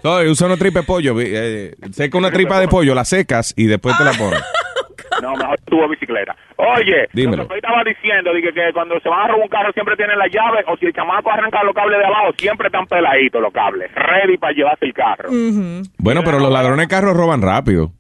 Soy, usa una tripa de pollo. eh, seca una tripa de pollo, la secas y después te la pones.
No, mejor tuvo bicicleta. Oye,
Dímelo.
lo que yo estaba diciendo, dije que cuando se van a robar un carro siempre tienen la llave, o si el chamaco arranca los cables de abajo, siempre están peladitos los cables, ready para llevarse el carro.
Bueno, pero los ladrones de carros roban rápido.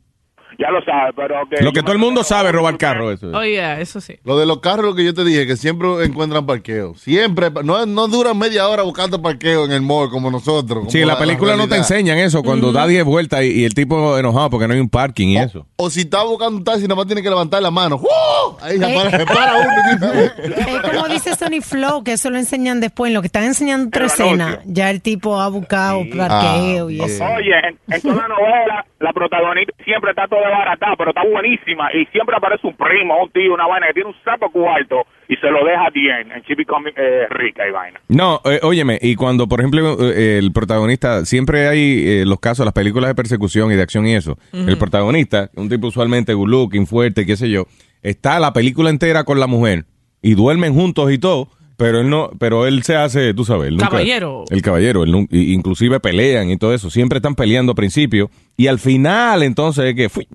Ya lo sabes, pero que...
Lo que todo el mundo sabe es robar carro. Eso.
Oye, eso sí.
Lo de los carros, lo que yo te dije, que siempre encuentran parqueo. Siempre. No, no duran media hora buscando parqueo en el mall como nosotros. como
Sí, en la película no te
realidad.
enseñan eso, cuando da 10 vueltas y, y el tipo enojado porque no hay un parking
Oh.
y eso.
O si está buscando un taxi, nada más tiene que levantar la mano. ¡Uh! Ahí se
Eh.
para, se para uno.
Es como dice Sony Flow, que eso lo enseñan después. En lo que están enseñando otra
Pero
escena,
anuncio.
ya el tipo ha buscado parqueo
Ah,
y eso.
Oye, en, en toda la novela, la protagonista siempre está toda barata, pero está buenísima. Y siempre aparece un primo, un tío, una vaina que tiene un saco cuarto y se lo deja bien. En she become eh, rica y vaina.
No, eh, óyeme, y cuando, por ejemplo, eh, el protagonista, siempre hay eh, los casos, las películas de persecución y de acción y eso.
Ujú.
El protagonista, un tipo usualmente good looking, fuerte, qué sé yo, está la película entera con la mujer y duermen juntos y todo, pero él no, pero él se hace, tú sabes, él nunca-
Caballero.
el caballero, el nun- y- inclusive pelean y todo eso, siempre están peleando al principio y al final entonces es que fui,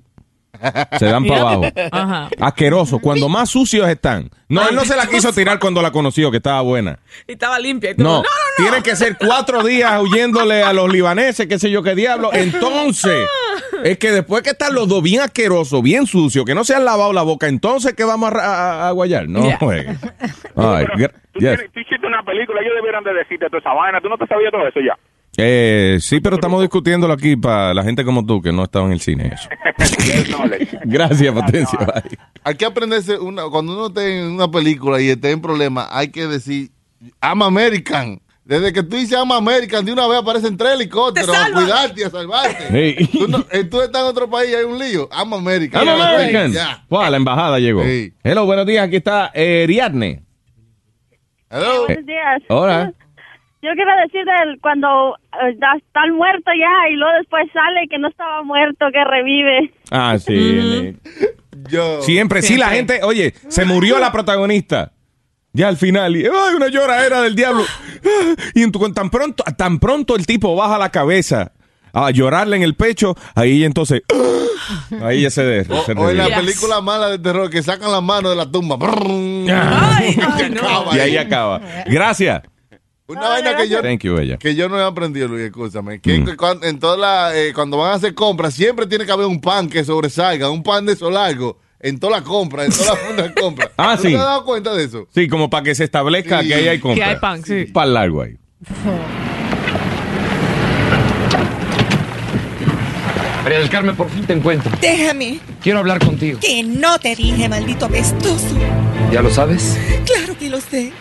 se dan para
Mira.
abajo.
Ajá.
Asqueroso, cuando más sucios están. No, él no se la quiso tirar cuando la conoció, que estaba buena.
Y estaba limpia. Y todo,
Este, pues, No, tiene que ser cuatro días huyéndole a los libaneses, qué sé yo qué diablo. Entonces, es que después que están los dos bien asquerosos, bien sucios, que no se han lavado la boca, entonces que vamos a, ra- a- a guayar. No,
Yeah.
juegue. All right, gra- yes.
Tú hiciste una película, ellos debieron de decirte toda esa vaina. Tú no te sabías todo eso ya.
Eh, sí, pero estamos discutiéndolo aquí para la gente como tú que no ha estado en el cine. Eso. Gracias, Potencia. bye.
Hay que aprenderse, una, cuando uno esté en una película y esté en problemas, hay que decir, I'm American. Desde que tú dices I'm American, de una vez aparecen tres helicópteros a cuidarte y a salvarte.
Hey.
Tú, no- eh, tú estás en otro país y hay un lío. I'm American.
I'm American.
Ya.
Wow, la embajada llegó. Hello, buenos días. Aquí está eh, Ariadne.
Hello.
Buenos días.
eh, Hola.
Yo quiero decir del cuando eh, da- están muertos ya y luego después sale que no estaba muerto, que revive.
Ah, sí. Nick. Siempre, sí, la gente, oye, se murió la protagonista. Ya al final, y, ay, una lloradera del diablo. Ah, Y en tu- tan pronto, tan pronto el tipo baja la cabeza a llorarle en el pecho, ahí entonces, ah, ahí ya se de. se
O en la
revive.
película mala de terror que sacan las manos de la tumba. Brrrr.
Y ahí acaba. Gracias.
Una vaina que yo,
Thank you, ella.
que yo no he aprendido, Luis, escúchame. Que
Mm.
cu- cuan- en todas las, eh, cuando van a hacer compras, siempre tiene que haber un pan que sobresalga, un pan de eso largo, en todas las compras, en todas las fundas de compras.
Ah,
¿Tú
sí.
te has dado cuenta de eso?
Sí, como para que se establezca
Sí.
que ahí hay compra.
Que hay pan, sí.
Para largo ahí.
María del Carmen, por fin te encuentro.
Déjame.
Quiero hablar contigo.
Que no te dije, maldito apestoso.
¿Ya lo sabes?
Claro que lo sé.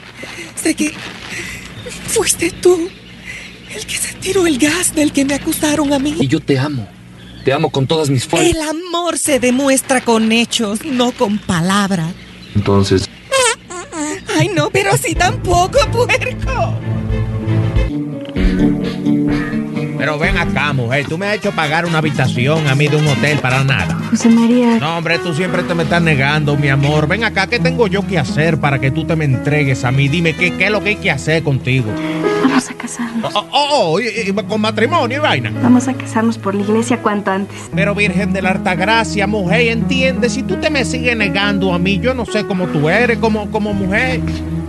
Sé que fuiste tú el que se tiró el gas del que me acusaron a mí.
Y yo te amo.
Te amo con todas mis fuerzas.
El amor se demuestra con hechos, no con palabras.
Entonces,
Ay, no, pero así tampoco, puerco.
Pero ven acá, mujer, tú me has hecho pagar una habitación a mí de un hotel para nada.
José María,
No, hombre, tú siempre te me estás negando, mi amor. Ven acá, ¿qué tengo yo que hacer para que tú te me entregues a mí? Dime, ¿qué, qué es lo que hay que hacer contigo?
vamos a casarnos.
Oh, oh, oh, y- y- con matrimonio y vaina.
Vamos a casarnos por la iglesia cuanto antes.
Pero Virgen de la Altagracia, mujer, entiende, si tú te me sigues negando a mí, yo no sé cómo tú eres como, como mujer.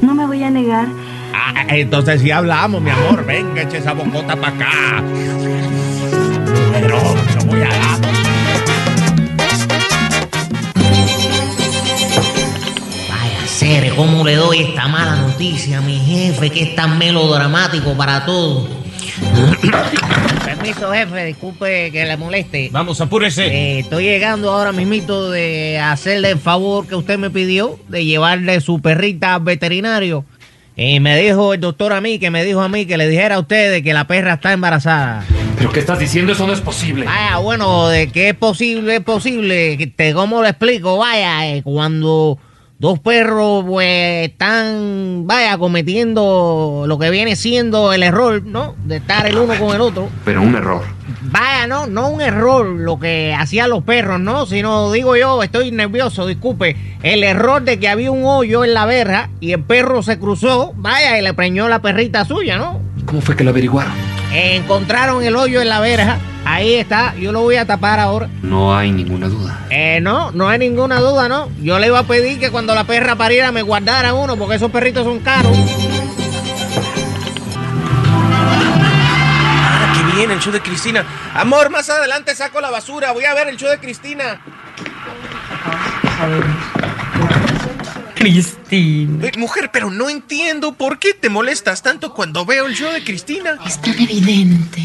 No me voy a negar.
Ah, entonces sí hablamos, mi amor, venga, eche esa bocota para acá. Pero yo voy a dar.
Vaya Cere, ¿cómo le doy esta mala noticia a mi jefe que es tan melodramático para todo? Permiso, jefe, disculpe que le moleste.
Vamos, apúrese.
Eh, estoy llegando ahora mismito de hacerle el favor que usted me pidió de llevarle su perrita al veterinario. Y me dijo el doctor a mí que me dijo a mí que le dijera a usted de que la perra está embarazada.
¿pero qué estás diciendo? Eso no es posible.
Vaya, bueno, de que es posible, es posible. que Te, ¿Cómo lo explico? Vaya, eh, cuando dos perros pues, están, vaya, cometiendo lo que viene siendo el error, ¿no? De estar el uno con el otro.
Pero un error.
Vaya, no, no un error lo que hacían los perros, no, sino digo yo, estoy nervioso, disculpe, el error de que había un hoyo en la verja y el perro se cruzó, vaya, y le preñó la perrita suya, ¿no?
¿Cómo fue que lo averiguaron?
Encontraron el hoyo en la verja, ahí está, yo lo voy a tapar ahora.
No hay ninguna duda.
Eh, no, no hay ninguna duda, ¿no? Yo le iba a pedir que cuando la perra pariera me guardara uno, porque esos perritos son caros.
Ah, qué bien, el show de Cristina. Amor, más adelante saco la basura. Voy a ver el show de Cristina.
Cristina.
Eh, mujer, pero no entiendo por qué te molestas tanto cuando veo el show de Cristina.
Es tan evidente.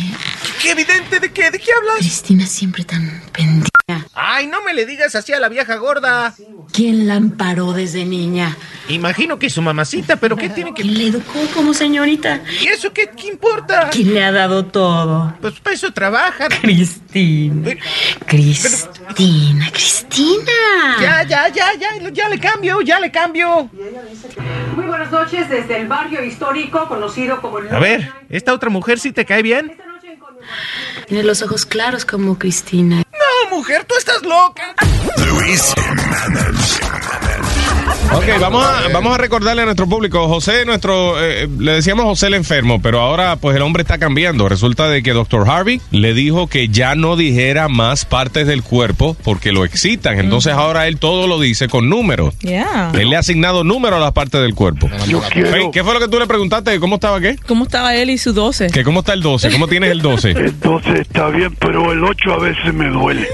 ¿Qué evidente? ¿De qué? ¿De qué hablas?
Cristina siempre tan pendeja.
Ay, no me le digas así a la vieja gorda.
¿Quién la amparó desde niña?
Imagino que su mamacita, pero ¿qué tiene que...?
¿Quién la educó como señorita?
¿Y eso qué, qué importa?
¿Quién le ha dado todo?
Pues para eso trabaja.
Cristina. Cristina, Cristina.
Ya, ya, ya, ya, ya le cambio, ya le cambio.
Muy buenas noches desde el barrio histórico conocido como el...
A ver, ¿esta otra mujer sí te cae bien?
Tiene los ojos claros como Cristina.
No, mujer, tú estás loca.
Luis Jiménez.
Ok, vamos a, vamos a recordarle a nuestro público, José, nuestro, eh, le decíamos José el enfermo, pero ahora pues el hombre está cambiando. Resulta de que Dr. Harvey le dijo que ya no dijera más partes del cuerpo porque lo excitan. Entonces ahora él todo lo dice con números.
Yeah.
Él le ha asignado número a las partes del cuerpo. Ey, ¿Qué fue lo que tú le preguntaste? ¿Cómo estaba qué?
¿Cómo estaba él y su 12?
¿Que ¿Cómo está el 12? ¿Cómo tienes el 12?
Entonces está bien, pero el 8 a veces me duele.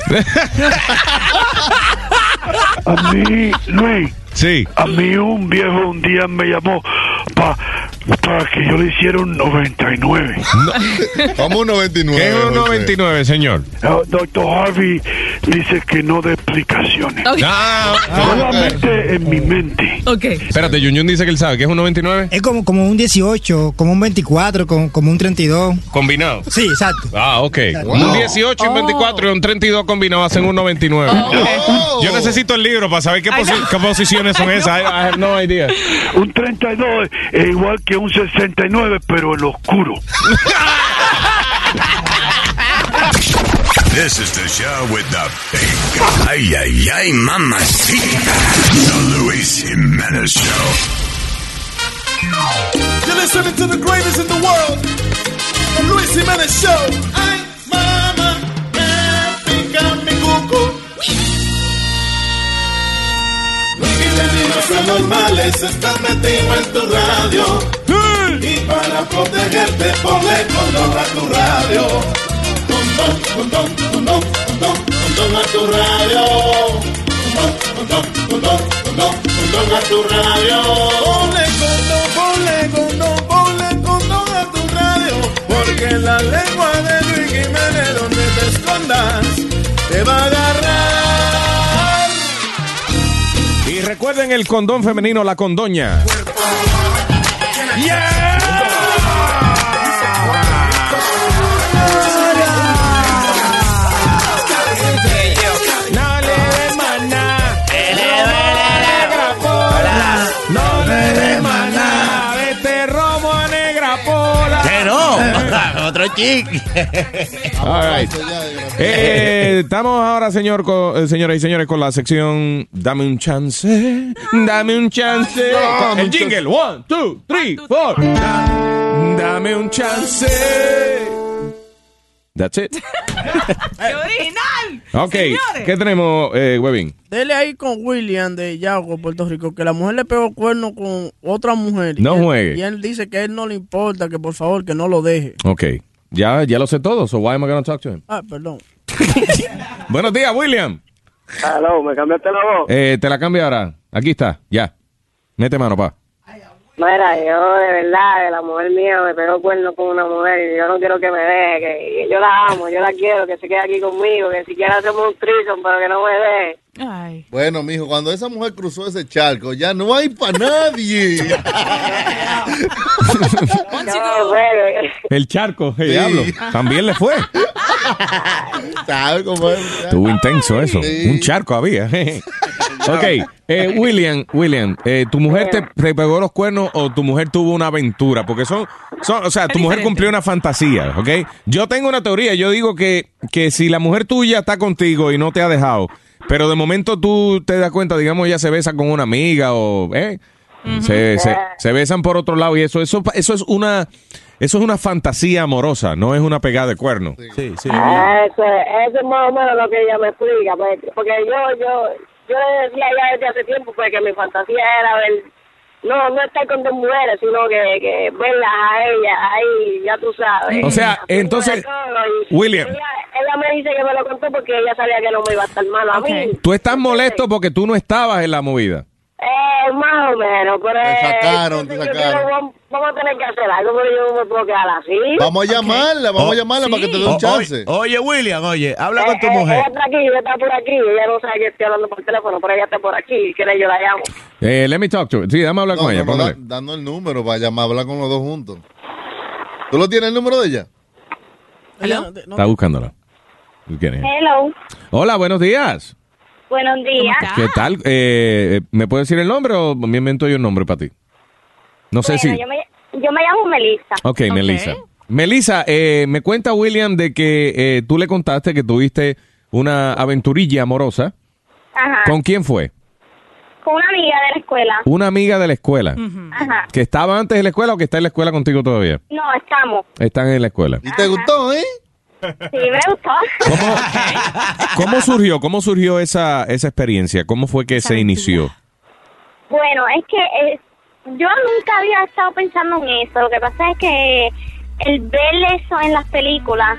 A mí, Luis.
Sí.
A mí un viejo un día me llamó pa- para que yo le hiciera un 99.
Vamos un 99. ¿Qué es un 99, señor?
Doctor Harvey dice que no dé explicaciones.
Ok. Ah,
Solamente en mi mente.
Ok.
Espérate, Jun Jun dice que él sabe que es un 99
Es como, como un 18, como un 24, como, como un 32.
combinado.
Sí, exacto.
Ah, ok.
Exacto.
Un 18 y un 24 y un 32 combinados hacen un 99. Yo necesito el libro para saber qué, posi- qué posiciones son esas. I, I have no idea.
Un 32 es igual que un 69, pero el oscuro.
This is the show with the big. Ay, ay, ay, mamacita. The Luis Jiménez Show.
You're listening to the greatest in the world, the Luis Jiménez Show. Ay, mama, me pica mi cucu. Y tenidos anormales están metidos en tu radio. Y para protegerte, ponle condón a tu radio. Condón, condón, condón, condón, condón a tu radio. Condón, condón, condón, condón, condón a tu radio. Ponle condón, ponle condón, ponle condón a tu radio. Porque la lengua de Luis Jiménez, donde te escondas, te va a agarrar.
Y recuerden el condón femenino, la condoña.
Yeah!
otro chic.
All right. Eh, estamos ahora, señor, co- eh, señoras y señores, con la sección Dame un chance. Dame un chance.
Dame
El
un
jingle. One, two, three, four. Dame un chance. That's it.
Eh,
¡Qué original!
Ok.
Señores.
¿Qué tenemos, eh, Webin?
Dele ahí con William de Yago, Puerto Rico, que la mujer le pegó cuerno con otra mujer.
No
Y él-
juegue.
Y él dice que a él no le importa, que por favor, que no lo deje.
Ok. Ya, ya lo sé todo, so why am I gonna talk to him?
Ah, perdón.
Buenos días, William.
Aló, me cambiaste la voz.
Eh, te la cambio ahora. Aquí está, ya. Mete mano, pa.
Mira, yo de verdad, que la mujer mía me pegó cuerno con una mujer y yo no quiero que me deje, que yo la amo, yo la quiero, que se quede aquí conmigo, que siquiera hacemos un trison, pero que no me deje.
Bueno, mijo, cuando esa mujer cruzó ese charco, ya no hay para nadie.
No, pero-
El charco, el
Sí.
diablo. También le fue.
¿Sabes cómo es?
Estuvo intenso eso. Un charco había. ok, eh, William, William, eh, ¿tu mujer te, te pegó los cuernos o tu mujer tuvo una aventura? Porque son, son o sea, tu mujer cumplió una fantasía, ¿ok? Yo tengo una teoría, yo digo que, que si la mujer tuya está contigo y no te ha dejado, pero de momento tú te das cuenta, digamos, ella se besa con una amiga o... ¿eh? Se, se- se besan por otro lado y eso, eso, eso es una... Eso es una fantasía amorosa, no es una pegada de cuerno. Sí, sí.
Eso, es- eso es más o menos lo que ella me explica, pues, porque yo, yo, yo le decía ya desde hace tiempo pues, que mi fantasía era ver, no, no estar con dos mujeres, sino que, que verlas a ellas, ahí, ya tú sabes.
O sea,
Haciendo de
entonces,
todo, y
William.
Ella, ella me dice que me lo contó porque ella sabía que no me iba a estar mal a mí.
Tú estás molesto porque tú no estabas en la movida.
Eh, más o menos, pero...
Te
eh,
sacaron, te
entonces yo
sacaron.
creo que vamos, vamos a tener que hacer algo, pero yo no me puedo quedar así.
Vamos a llamarla, vamos
Oh,
a llamarla para que te dé
o-
un
oye-
chance.
Oye, William, oye, habla
Eh,
con tu
eh,
mujer.
Ella está aquí, ella está por aquí. Ella no sabe que estoy hablando por teléfono, pero ella está por aquí. ¿Quiere yo la llamo?
Eh, let me talk to her. Sí, dame hablar con ella.
no, da-
póngale.
dando el número para llamar, hablar con los dos juntos. ¿Tú lo tienes el número de ella?
Está buscándola. Tú quieres.
Hello,
Hola, buenos días.
buenos días.
¿Qué tal? Eh, eh, ¿Me puedes decir el nombre o me invento yo un nombre para ti? No sé si.
Bueno, yo, me, yo me llamo Melissa.
Ok, Melissa. Melissa, eh, me cuenta William de que eh, tú le contaste que tuviste una aventurilla amorosa.
Ajá.
¿Con quién fue?
Con una amiga de la escuela.
Una amiga de la escuela.
Ajá.
¿Que estaba antes de la escuela o que está en la escuela contigo todavía?
No, estamos.
Están en la escuela.
¿Y te gustó, eh?
Sí, me gustó.
¿Cómo surgió? ¿Cómo surgió esa, esa experiencia? ¿Cómo fue que se inició?
Bueno, es que eh, yo nunca había estado pensando en eso. Lo que pasa es que el ver eso en las películas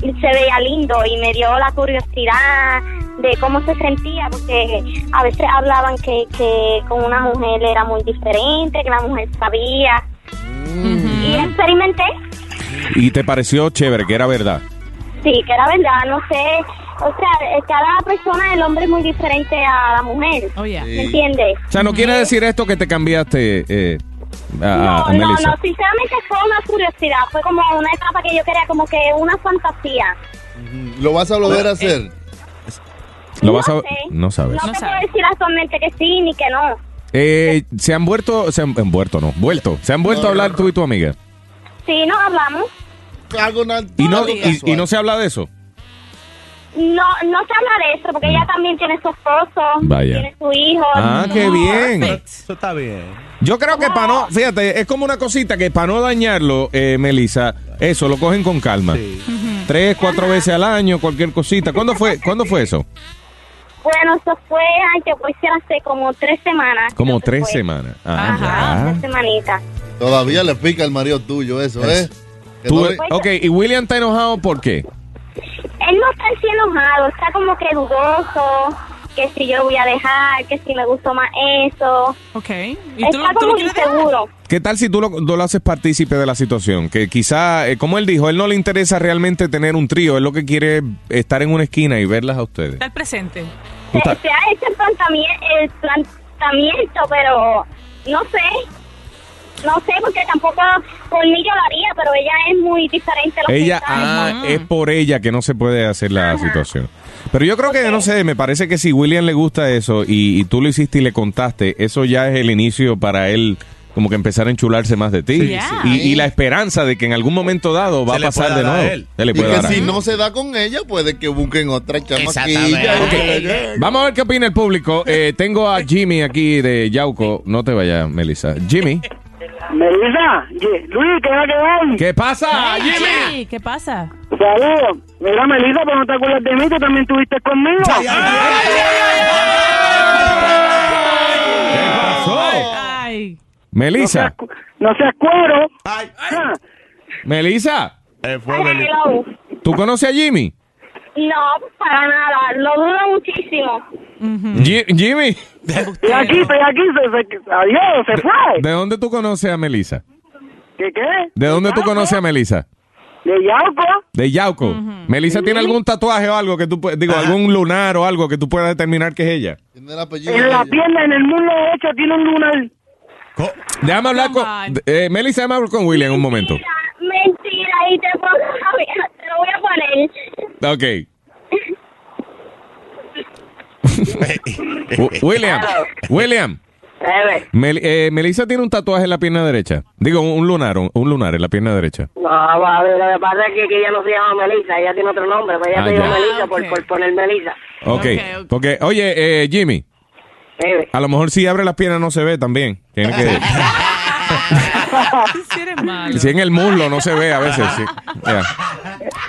se veía lindo y me dio la curiosidad de cómo se sentía, porque a veces hablaban que, que con una mujer era muy diferente, que la mujer sabía. Y experimenté,
¿Y te pareció chévere, que era verdad?
sí, que era verdad, no sé. O sea, eh, cada persona, el hombre es muy diferente a la mujer. ¿Me entiendes?
O sea, no quiere decir esto que te cambiaste eh, a, a
No, no,
Melissa.
no, sinceramente fue una curiosidad, fue como una etapa que yo quería, como que una fantasía.
¿Lo vas a volver a hacer?
Lo vas a...
sé.
Oh, No sabes.
No, te puedo decir actualmente que sí ni que no.
Eh, se han vuelto, se han han vuelto, no, vuelto. Se han vuelto a hablar tú y tu amiga.
Sí, no hablamos.
Y no, y, y no se habla de eso.
No, no se habla de eso, porque ella también tiene su esposo,
Mm. Vaya.
tiene su hijo.
Ah, qué bien.
Eso está bien.
Yo creo que para no, fíjate, es como una cosita que para no dañarlo, eh, Melissa, eso lo cogen con calma. Tres, cuatro veces al año, cualquier cosita. ¿Cuándo fue, ¿cuándo fue eso?
Bueno, eso fue, ay, que pues era hace como tres semanas.
Como tres semanas. Ah, ya.
Tres semanitas.
Todavía le pica el marido tuyo eso, ¿eh? Que
Eh. Tú-
no le-
ok, y William está enojado, ¿por qué?
Pues, Él no está así enojado, está como que dudoso, que si yo lo voy a dejar, que si me gustó más eso. Ok.
tú lo-
está
tú lo
como
quieres dejar?
inseguro.
¿Qué tal si tú lo, tú lo haces partícipe de la situación? Que quizá, eh, como él dijo, él no le interesa realmente tener un trío, él lo que quiere es estar en una esquina y verlas a ustedes.
el presente.
Tú
Se,
estás-
se ha hecho el plantamie- el planteamiento, pero no sé. No sé, porque tampoco por mí yo lo haría, pero ella es muy diferente a lo
Ella,
que
ah, es por ella que no se puede hacer la situación. Pero yo creo que, no sé, me parece que si William le gusta eso y, y tú lo hiciste y le contaste, eso ya es el inicio para él como que empezar a enchularse más de ti.
Sí, sí.
Y, y la esperanza de que en algún momento dado va
Se
a
le
pasar
pueda
de
dar a
nuevo.
él.
Se le puede
y que
dar a
si
él.
no se da con ella, puede que busquen otra chamaquilla.
Exactamente. Vamos a ver qué opina el público. Eh, tengo a Jimmy aquí de Yauco. No te vayas, Melissa. Jimmy.
Melissa, Ye- Luis, ¿qué va que hay?
¿Qué pasa,
Ay, Jimmy, ¿Qué pasa?
Saludos. Mira, Melissa, pero no te acuerdas de mí, tú también estuviste conmigo.
Ay.
Melissa.
No seas cuero.
Melissa.
Ah, Hello.
¿Tú conoces a Jimmy?
No, para nada. Lo dudo muchísimo.
Ji- Jimmy.
Y aquí, y aquí, se, se- adiós, se fue.
¿De dónde tú conoces a Melissa?
¿Qué qué?
¿De dónde tú conoces a Melissa?
De Yauco.
De Yauco. ¿Melissa tiene algún tatuaje o algo que tú puedas, digo, algún lunar o algo que tú puedas determinar que es ella?
En la tienda, en el mundo hecho, tiene un lunar.
Déjame hablar con. eh, Melissa, déjame hablar con William un momento.
Mentira, y te, pongo, te lo voy a poner.
Ok. Wi- William, William. Mel- eh, Melissa tiene un tatuaje en la pierna derecha. Digo, un un lunar, un, un lunar en la pierna derecha.
No, va, a ver, lo que pasa es que, que ella no se llama Melissa, ella tiene otro nombre, pero
ella Ah, se llama ya.
Melissa por, por poner Melissa.
Ok. Porque, oye, eh, Jimmy, a lo mejor si abre las piernas no se ve también. Tiene que,
Sí eres malo.
si en el muslo no se ve a veces. sí. Yeah.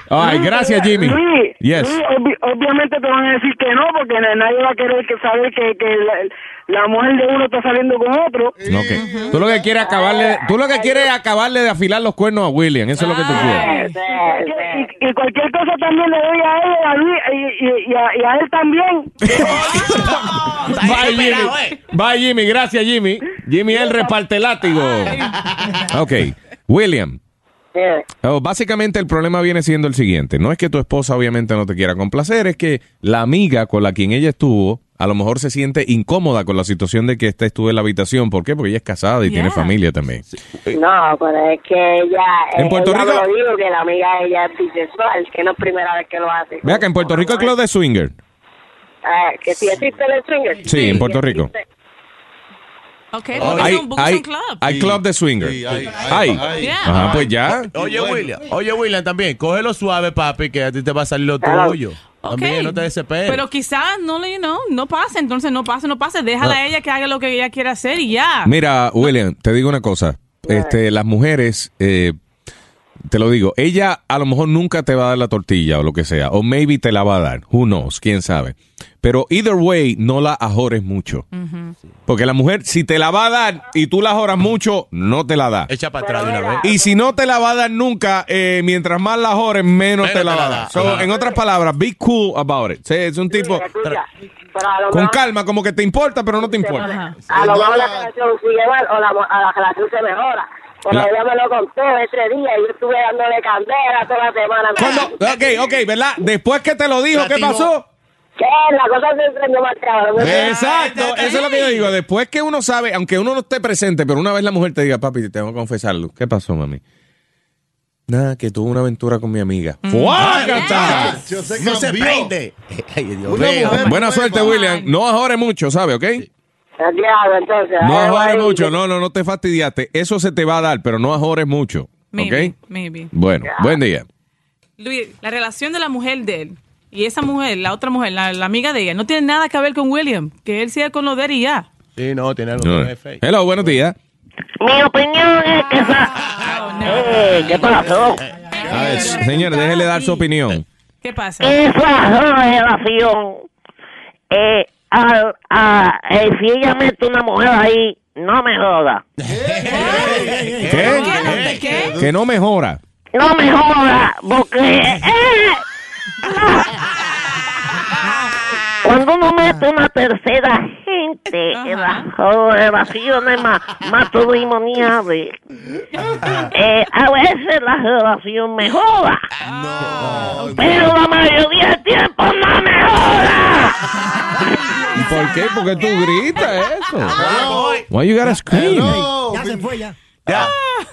Ay, gracias, Jimmy.
Luis,
Yes.
Luis, obvi- obviamente te van a decir que no, porque na- nadie va a querer que saber que, que la, la mujer de uno está saliendo con otro.
No, ok. Tú lo que quieres acabarle, tú lo que quieres es acabarle de afilar los cuernos a William. Eso es lo que tú quieres.
Eh, Y, y cualquier cosa también le doy a él, a Luis, y, y- y a, y a él también.
Bye, Jimmy. Bye, Jimmy. Gracias, Jimmy. Jimmy, él reparte látigo. Ok. William. Oh, básicamente el problema viene siendo el siguiente. No es que tu esposa obviamente no te quiera complacer, es que la amiga con la quien ella estuvo a lo mejor se siente incómoda con la situación de que estés tú en la habitación. ¿Por qué? Porque ella es casada y tiene familia también.
No, pero es que ella.
¿En
eh,
Puerto
ella
Rico?
me lo dijo que la amiga de ella es bisexual, que no es primera vez que lo hace.
Vea que en Puerto Rico el club de swinger.
Ah, que si existe el swinger.
Sí, en Puerto Rico.
Ok,
hay,
Buxton, Buxton
hay-
Club.
hay club de swinger. hay. Ajá, pues ya.
Oye, William, oye, William, también, cógelo suave, papi, que a ti te va a salir lo
Claro.
tuyo. También, no te desesperes.
Pero quizás no le, no, no pase, entonces no pase, no pase. Déjala a ella que haga lo que ella quiera hacer y ya.
Mira, William, te digo una cosa. Este, las mujeres, eh, te lo digo, ella a lo mejor nunca te va a dar la tortilla o lo que sea, o maybe te la va a dar, who knows, quién sabe. Pero either way, no la ajores mucho. Porque la mujer, si te la va a dar y tú la ajoras mucho, no te la da.
Echa para atrás de una vez.
Y si no te la va a dar nunca, eh, mientras más la jores, menos,
Menos
te la va a dar. So,
Ajá.
en otras palabras, be cool about it. Sí, es un tipo
Escucha, pero a lo
con
mejor
calma, como que te importa, pero no te
se
importa.
mejora. A lo mejor la relación sigue mal o la, a la relación se mejora. Pero
La-
ella me lo contó ese día y yo estuve dándole candela toda la semana.
¿Cuándo? Ok, ok, ¿verdad? Después que te lo dijo, ¿qué pasó?
Que la cosa se encendió más cabrón.
Exacto, eso es lo que yo digo. Después que uno sabe, aunque uno no esté presente, pero una vez la mujer te diga, papi, te tengo que confesarlo. ¿Qué pasó, mami? Nada, que tuve una aventura con mi amiga. ¡Fuácata!
No se prende.
Buena suerte, William. No ahorres mucho, ¿sabe? ¿Ok?
El diablo, entonces.
No
ahí va
ahorres
ahí.
mucho. No, no, no te fastidiaste. Eso se te va a dar, pero no ahorres mucho.
Maybe,
¿Ok?
maybe.
Bueno, buen día.
Luis, la relación de la mujer de él y esa mujer, la otra mujer, la, la amiga de ella, no tiene nada que ver con William. Que él siga con lo de él y ya.
Sí, no, tiene algo
No.
que ver.
Hello, buenos días.
Mi opinión es que esa... Eh, ¿Qué pasó?
A ver, señor, déjele dar su opinión.
¿Qué pasa?
Esa relación, eh, al- a- eh, si ella mete una mujer ahí, no me joda.
¿Qué? Que no mejora.
No me joda, porque... eh, cuando uno mete una tercera gente, la jo- relación es más matrimonial. Eh, a veces la relación me joda. Pero la mayoría del tiempo no me joda.
¿Por qué? Porque tú gritas eso.
Ah,
Why you gotta scream?
Ya se fue, ya.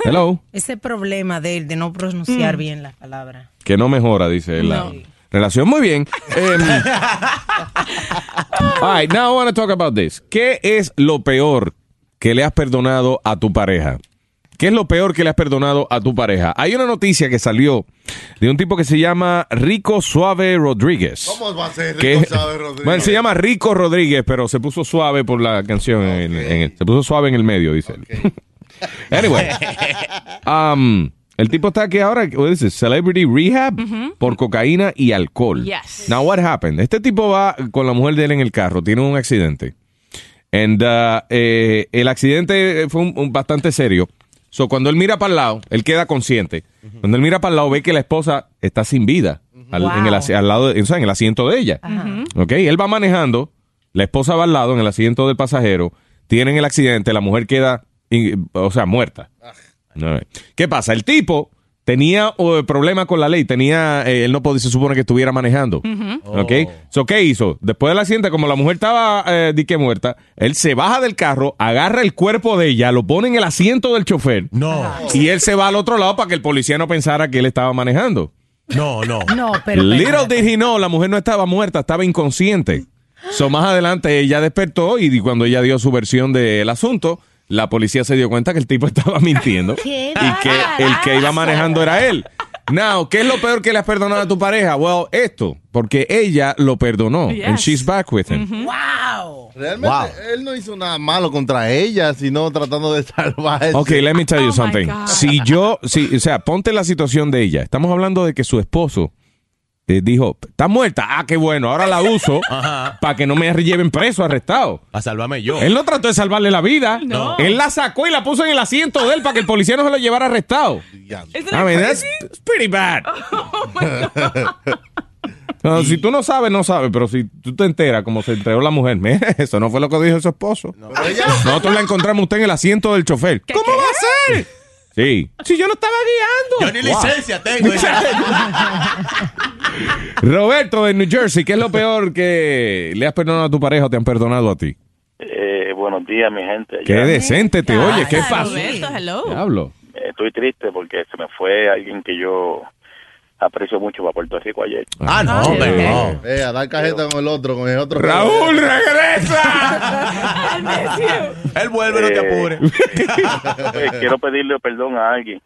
Hello.
Ese problema de él, de no pronunciar
Mm.
bien las
Oh.
palabras.
Que no mejora, dice la relación. Muy bien. Em, all right, now I want to talk about this. ¿Qué es lo peor que le has perdonado a tu pareja? ¿Qué es lo peor que le has perdonado a tu pareja? Hay una noticia que salió de un tipo que se llama Rico Suave Rodríguez.
¿Cómo va a ser
Que-
Rico Chávez Rodríguez?
Bueno, se llama Rico Rodríguez, pero se puso suave por la canción. en- en el- se puso suave en el medio, dice él. anyway. um, el tipo está aquí ahora, what is it, Celebrity Rehab por cocaína y alcohol.
Yes.
Now, what happened? Este tipo va con la mujer de él en el carro, tiene un accidente. And, uh, eh, el accidente fue un- un bastante serio. So, cuando él mira para el lado, él queda consciente. Cuando él mira para el lado, ve que la esposa está sin vida al, en, el, asi- al lado de- o sea, en el asiento de ella. ¿Ok? Él va manejando, la esposa va al lado en el asiento del pasajero, tienen el accidente, la mujer queda, in- o sea, muerta. All right. ¿Qué pasa? El tipo tenía eh, problemas con la ley, tenía, eh, él no podía, se supone que estuviera manejando.
Ujú.
¿Ok? So, ¿Qué hizo? Después del accidente, como la mujer estaba eh, di que muerta, él se baja del carro, agarra el cuerpo de ella, lo pone en el asiento del chofer. No. Y él se va al otro lado para que el policía no pensara que él estaba manejando. No, no.
No, pero.
Little did he know, la mujer no estaba muerta, estaba inconsciente. So, más adelante ella despertó y cuando ella dio su versión del asunto, la policía se dio cuenta que el tipo estaba mintiendo
¿Qué
y que el que iba manejando era él. Now, ¿qué es lo peor que le has perdonado a tu pareja? Well, esto, porque ella lo perdonó
Yes.
and she's back with him.
¡Wow! Realmente él no hizo nada malo contra ella, sino tratando de salvar.
Ok, let me tell you something. Si yo, si, o sea, ponte la situación de ella. Estamos hablando de que su esposo eh, dijo, está muerta. Ah, qué bueno, ahora la uso para que no me lleven preso, arrestado.
A salvarme yo.
Él no trató de salvarle la vida.
No.
Él la sacó y la puso en el asiento de él para que el policía no se lo llevara arrestado. I mean, that's that's pretty bad. No, si tú no sabes, no sabes, pero si tú te enteras como se entregó la mujer, me- eso no fue lo que dijo su esposo. Nosotros la encontramos usted en el asiento del chofer. ¿Cómo va a ser? Sí. Si yo no estaba
Yo
guiando.
ni
Wow.
licencia tengo.
Roberto de New Jersey, ¿qué es lo peor que le has perdonado a tu pareja o te han perdonado a ti?
Eh, buenos días, mi gente.
Qué
Ya,
decente te oye, qué pasó.
Roberto,
hello.
Diablo.
eh, Estoy triste porque se me fue alguien que yo aprecio mucho para Puerto Rico ayer.
Ah,
no, hombre, no.
Vea, da Eh, cajeta con el otro, con el otro.
Raúl,
Él vuelve, no te apures.
Eh, quiero pedirle perdón a alguien.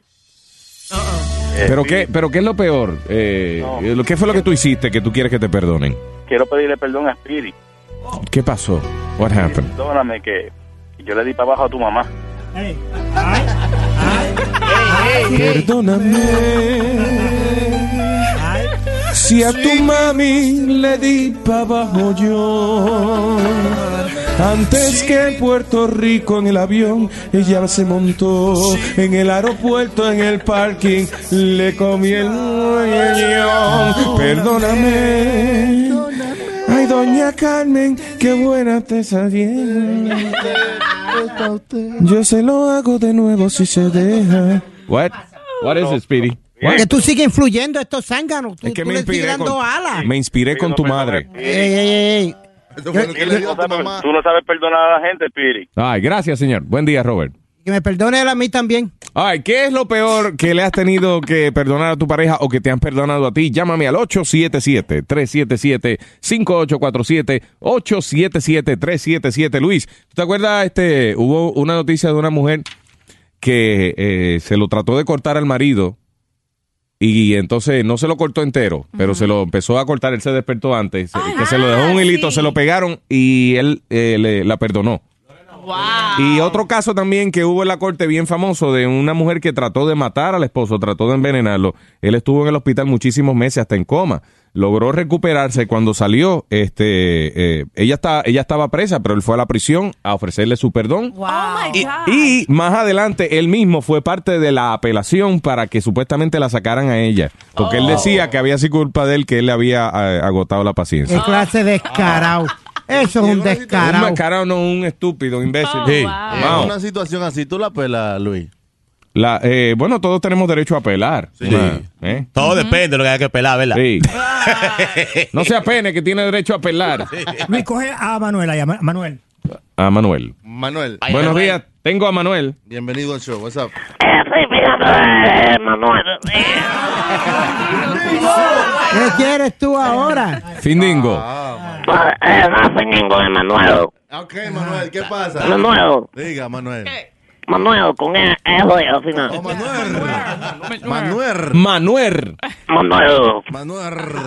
Eh,
¿Pero
sí,
qué, pero qué es lo peor? Eh, lo- ¿Qué fue lo que tú hiciste que tú quieres que te perdonen?
Quiero pedirle perdón a Spirit.
¿Qué pasó? What happened?
Perdóname que yo le di para abajo a tu mamá.
Perdóname. Si a tu mami le di para abajo yo, antes que Puerto Rico en el avión, ella se montó en el aeropuerto, en el parking, le comí el muellón. Perdóname. Ay, doña Carmen, qué buena te salieron. Yo se lo hago de nuevo si se deja. What? What is it, Speedy?
Porque tú sigues influyendo a estos zánganos. Tú,
Es que
tú
me
le sigues
inspiré
dando
con,
alas.
me inspiré con tu madre.
Ey, ey, ey.
Tú no sabes- Tú no sabes perdonar a la gente, Spirit.
Ay, gracias, señor. Buen día, Robert.
Que me perdone él a mí también.
Ay, ¿qué es lo peor que le has tenido que perdonar a tu pareja o que te han perdonado a ti? Llámame al 877-377-5847, 877-377. Luis, ¿tú te acuerdas? Este, hubo una noticia de una mujer que eh, se lo trató de cortar al marido y entonces no se lo cortó entero, pero se lo empezó a cortar, él se despertó antes, que se lo dejó un hilito, se lo pegaron y él eh, le- la perdonó. Y otro caso también que hubo en la corte bien famoso de una mujer que trató de matar al esposo, trató de envenenarlo. Él estuvo en el hospital muchísimos meses hasta en coma. Logró recuperarse cuando salió, este, eh, ella está, ella estaba presa, pero él fue a la prisión a ofrecerle su perdón.
Y-
Y más adelante él mismo fue parte de la apelación para que supuestamente la sacaran a ella, porque él
Oh.
decía que había sido culpa de él que él le había eh, agotado la paciencia.
Qué clase de descarado. Eso es un
Ah. Un
descarado.
mascarado no un estúpido, imbécil.
Sí.
Oh, Wow.
En una situación así, tú la pelas, Luis.
La, eh, bueno, todos tenemos derecho a apelar. Ma- ¿eh?
Todo depende de lo que haya que pelar, ¿verdad?
Sí. No se apene que tiene derecho a apelar.
Luis, coge a Manuel allá. Ma- Manuel.
A Manuel.
Manuel.
Buenos días, tengo a Manuel.
Bienvenido al show. What's up?
¿Qué quieres tú ahora?
Ah.
Findingo.
Eh,
Manuel.
Ok, Manuel, ¿qué pasa?
Manuel.
Diga, Manuel. Oh,
Manuel, con E, E, al final.
Manuel.
Manuel.
Manuel.
Manuel.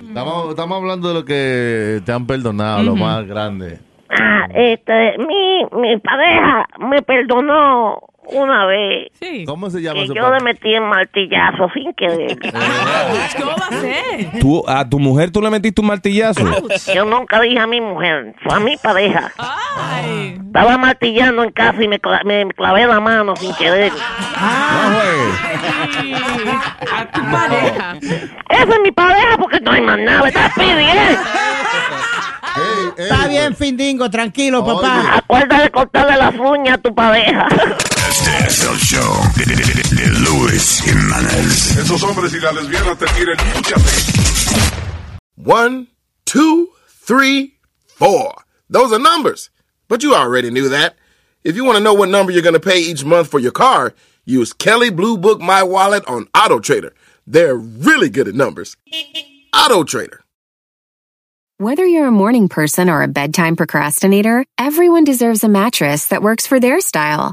Estamos, estamos hablando de lo que te han perdonado,
Mm-hmm.
lo más grande.
Ah, este, mi, mi pareja me perdonó una vez.
¿Cómo se llama
Que
su
yo
pareja?
le metí en martillazo sin querer.
¿Cómo va a ser?
Tú, a tu mujer tú le metiste un martillazo.
Yo nunca dije a mi mujer, fue a mi pareja. Estaba martillando en casa y me, cla- me clavé la mano sin querer.
Ah.
A tu pareja.
Esa es mi pareja porque no hay más nada, está pidiendo.
Está bien, Findingo, tranquilo, papá.
Acuérdate de cortarle las uñas a tu pareja.
Este es el show de, de- de- de Luis Jiménez. Esos hombres y las lesbianas te tienen mucha
One, two, three, four. Those are numbers. But you already knew that. If you want to know what number you're going to pay each month for your car, use Kelly Blue Book My Wallet on Auto Trader. They're really good at numbers. Auto Trader.
Whether you're a morning person or a bedtime procrastinator, everyone deserves a mattress that works for their style.